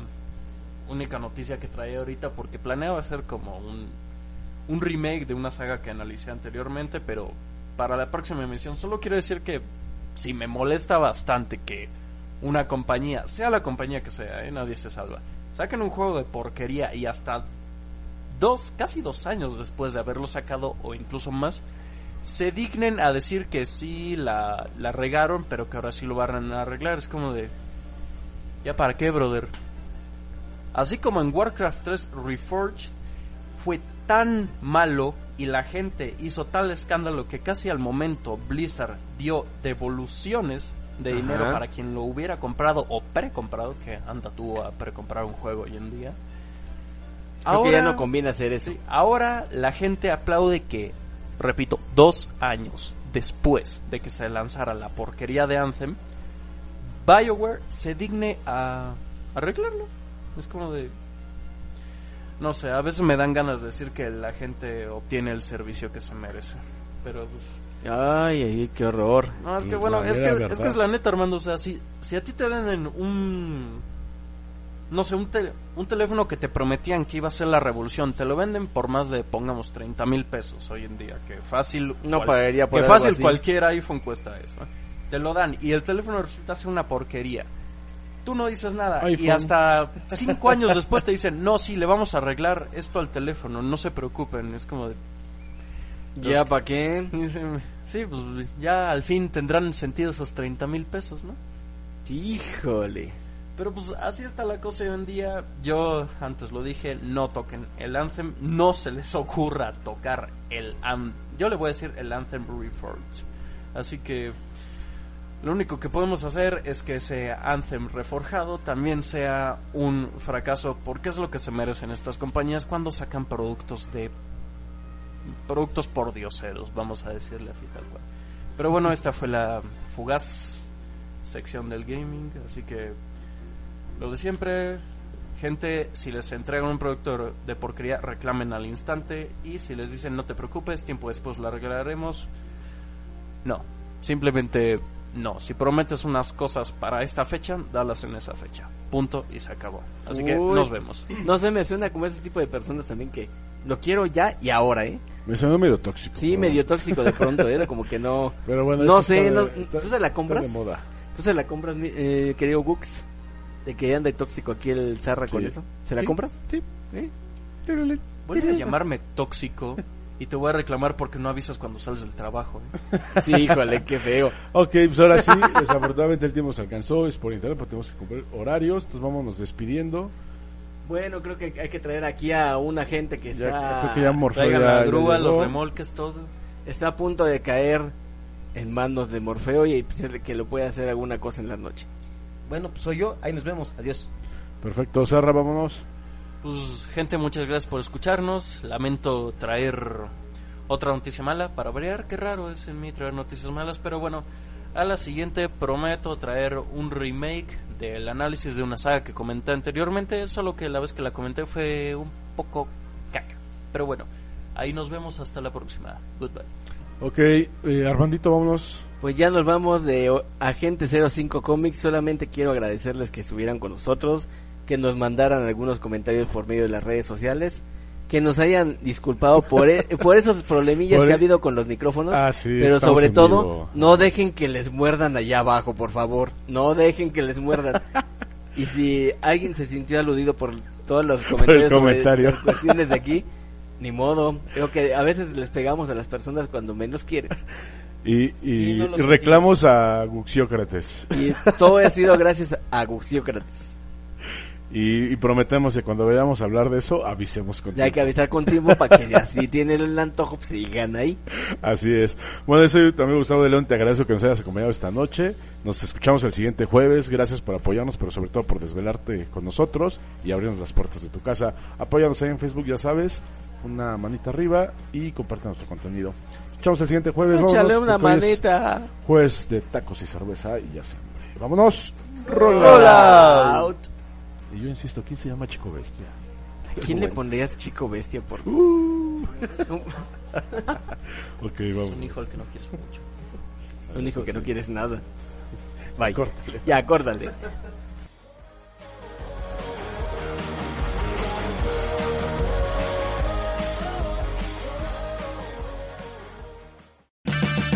[SPEAKER 7] única noticia que traía ahorita porque planeaba hacer como un, un remake de una saga que analicé anteriormente, pero para la próxima emisión solo quiero decir que si me molesta bastante que una compañía, sea la compañía que sea, ¿eh? nadie se salva, saquen un juego de porquería y hasta dos, casi dos años después de haberlo sacado o incluso más, se dignen a decir que sí la, la regaron, pero que ahora sí lo van a arreglar. Es como de. ¿Ya para qué, brother? Así como en Warcraft 3 Reforged fue tan malo y la gente hizo tal escándalo que casi al momento Blizzard dio devoluciones de dinero
[SPEAKER 5] Ajá.
[SPEAKER 7] para quien lo hubiera comprado o precomprado, que anda tú a precomprar un juego hoy en día.
[SPEAKER 5] Creo que ya no conviene hacer eso.
[SPEAKER 7] Sí, ahora la gente aplaude que, repito, dos años después de que se lanzara la porquería de Anthem, BioWare se digne a arreglarlo. Es como de... No sé, a veces me dan ganas de decir que la gente obtiene el servicio que se merece. Pero pues,
[SPEAKER 5] Ay, ay, qué horror.
[SPEAKER 7] no, es que
[SPEAKER 3] La
[SPEAKER 7] bueno, es que,
[SPEAKER 3] mera
[SPEAKER 7] es
[SPEAKER 3] verdad.
[SPEAKER 7] que es la neta, Armando. O sea, si, si a ti te venden un. No sé, un, tel- un teléfono que te prometían que iba a ser la revolución, te lo venden por más de, pongamos, 30 mil pesos hoy en día. Que fácil.
[SPEAKER 5] No pagaría por
[SPEAKER 7] Que
[SPEAKER 5] algo
[SPEAKER 7] fácil
[SPEAKER 5] así.
[SPEAKER 7] cualquier iPhone cuesta eso. ¿eh? Te lo dan y el teléfono resulta ser una porquería. Tú no dices nada y
[SPEAKER 3] iPhone.
[SPEAKER 7] hasta cinco años después te dicen, no, sí, le vamos a arreglar esto al teléfono, no se preocupen. Es como de,
[SPEAKER 5] ¿Ya para qué?
[SPEAKER 7] Sí, pues ya al fin tendrán sentido esos 30 mil pesos, ¿no?
[SPEAKER 5] Híjole.
[SPEAKER 7] Pero pues así está la cosa hoy en día. Yo antes lo dije, no toquen el Anthem. No se les ocurra tocar el Anthem. Yo le voy a decir el Anthem Reforged. Así que lo único que podemos hacer es que ese Anthem reforjado también sea un fracaso. Porque es lo que se merecen estas compañías cuando sacan productos de... Productos por dioseros, vamos a decirle así tal cual. Pero bueno, esta fue la fugaz sección del gaming. Así que lo de siempre, gente, si les entregan un producto de porquería, reclamen al instante. Y si les dicen no te preocupes, tiempo después lo arreglaremos. No, simplemente no. Si prometes unas cosas para esta fecha, dalas en esa fecha. Punto y se acabó. Así que
[SPEAKER 5] Uy.
[SPEAKER 7] nos vemos.
[SPEAKER 5] No sé, me suena como ese tipo de personas también que lo quiero ya y ahora, ¿eh?
[SPEAKER 3] Me sonó medio tóxico.
[SPEAKER 5] Sí,
[SPEAKER 3] pero-
[SPEAKER 5] medio tóxico de pronto, ¿eh? Como que no...
[SPEAKER 3] Pero bueno,
[SPEAKER 5] no
[SPEAKER 3] eso
[SPEAKER 5] sé,
[SPEAKER 3] está
[SPEAKER 5] no-
[SPEAKER 3] de- está-
[SPEAKER 5] ¿tú te la
[SPEAKER 3] está
[SPEAKER 5] compras?
[SPEAKER 3] de moda.
[SPEAKER 5] ¿Tú se la compras, mi- eh, querido Gux? De que anda de tóxico aquí el Zarra con
[SPEAKER 3] Sí.
[SPEAKER 5] eso. ¿Se la
[SPEAKER 3] Sí.
[SPEAKER 5] compras?
[SPEAKER 3] Sí.
[SPEAKER 5] ¿Eh?
[SPEAKER 3] Tírale.
[SPEAKER 7] Voy a llamarme tóxico y te voy a reclamar porque no avisas cuando sales del trabajo. ¿eh?
[SPEAKER 5] Sí, híjole, qué feo.
[SPEAKER 3] Ok, pues ahora sí, desafortunadamente el tiempo nos alcanzó, es por internet, porque tenemos que cumplir horarios, entonces vámonos despidiendo.
[SPEAKER 5] Bueno, creo que hay que traer aquí a una gente que
[SPEAKER 3] Ya,
[SPEAKER 5] está,
[SPEAKER 3] creo que ya Morfeo
[SPEAKER 7] Traigan
[SPEAKER 3] ya-
[SPEAKER 7] la
[SPEAKER 3] ya
[SPEAKER 7] grúa,
[SPEAKER 3] llegó.
[SPEAKER 7] los remolques, todo.
[SPEAKER 5] está a punto de caer en manos de Morfeo y pues, que lo puede hacer alguna cosa en la noche.
[SPEAKER 6] Bueno, pues soy yo. Ahí nos vemos. Adiós.
[SPEAKER 3] Perfecto, Sarra, vámonos.
[SPEAKER 7] Pues gente, muchas gracias por escucharnos. Lamento traer otra noticia mala para variar. Qué raro es en mí traer noticias malas, pero bueno, a la siguiente prometo traer un remake del análisis de una saga que comenté anteriormente, solo que la vez que la comenté fue un poco caca. Pero bueno, ahí nos vemos hasta la próxima. Goodbye.
[SPEAKER 3] Ok, eh, Armandito, vámonos.
[SPEAKER 5] Pues ya nos vamos de o- Agente 05 Comics. Solamente quiero agradecerles que estuvieran con nosotros, que nos mandaran algunos comentarios por medio de las redes sociales, que nos hayan disculpado por, e- por esos problemillas
[SPEAKER 3] Por
[SPEAKER 5] que
[SPEAKER 3] e-
[SPEAKER 5] ha habido con los micrófonos.
[SPEAKER 3] Ah, sí,
[SPEAKER 5] pero
[SPEAKER 3] estamos
[SPEAKER 5] sobre
[SPEAKER 3] en
[SPEAKER 5] todo,
[SPEAKER 3] vivo.
[SPEAKER 5] no dejen que les muerdan allá abajo, por favor. No dejen que les muerdan. y si alguien se sintió aludido por todos los comentarios sobre
[SPEAKER 3] comentario.
[SPEAKER 5] las cuestiones de aquí, ni modo. Creo que a veces les pegamos a las personas cuando menos quieren.
[SPEAKER 3] Y, y
[SPEAKER 6] Sí, no los
[SPEAKER 3] reclamos a Guxiócrates.
[SPEAKER 5] Y todo ha sido gracias a Guxiócrates.
[SPEAKER 3] Y, y prometemos que cuando vayamos a hablar de eso, avisemos con
[SPEAKER 5] Ya hay que
[SPEAKER 3] tiempo.
[SPEAKER 5] avisar con tiempo para que así tienen el antojo, pues sigan ahí.
[SPEAKER 3] Así es. Bueno, yo soy también Gustavo de León. Te agradezco que nos hayas acompañado esta noche. Nos escuchamos el siguiente jueves. Gracias por apoyarnos, pero sobre todo por desvelarte con nosotros y abrirnos las puertas de tu casa. Apóyanos ahí en Facebook, ya sabes. Una manita arriba y comparte nuestro contenido. Escuchamos el siguiente jueves.
[SPEAKER 5] Échale
[SPEAKER 3] vámonos,
[SPEAKER 5] una
[SPEAKER 3] porque hoy es
[SPEAKER 5] maneta.
[SPEAKER 3] Jueves de tacos y cerveza y ya siempre. Vámonos.
[SPEAKER 5] Hola.
[SPEAKER 3] Y yo insisto, ¿quién se llama Chico Bestia?
[SPEAKER 5] ¿Quién le pondrías chico bestia por
[SPEAKER 3] Ok, vamos.
[SPEAKER 4] Un hijo al que no quieres mucho.
[SPEAKER 5] un hijo que no quieres nada? Bye. Ya, córtale.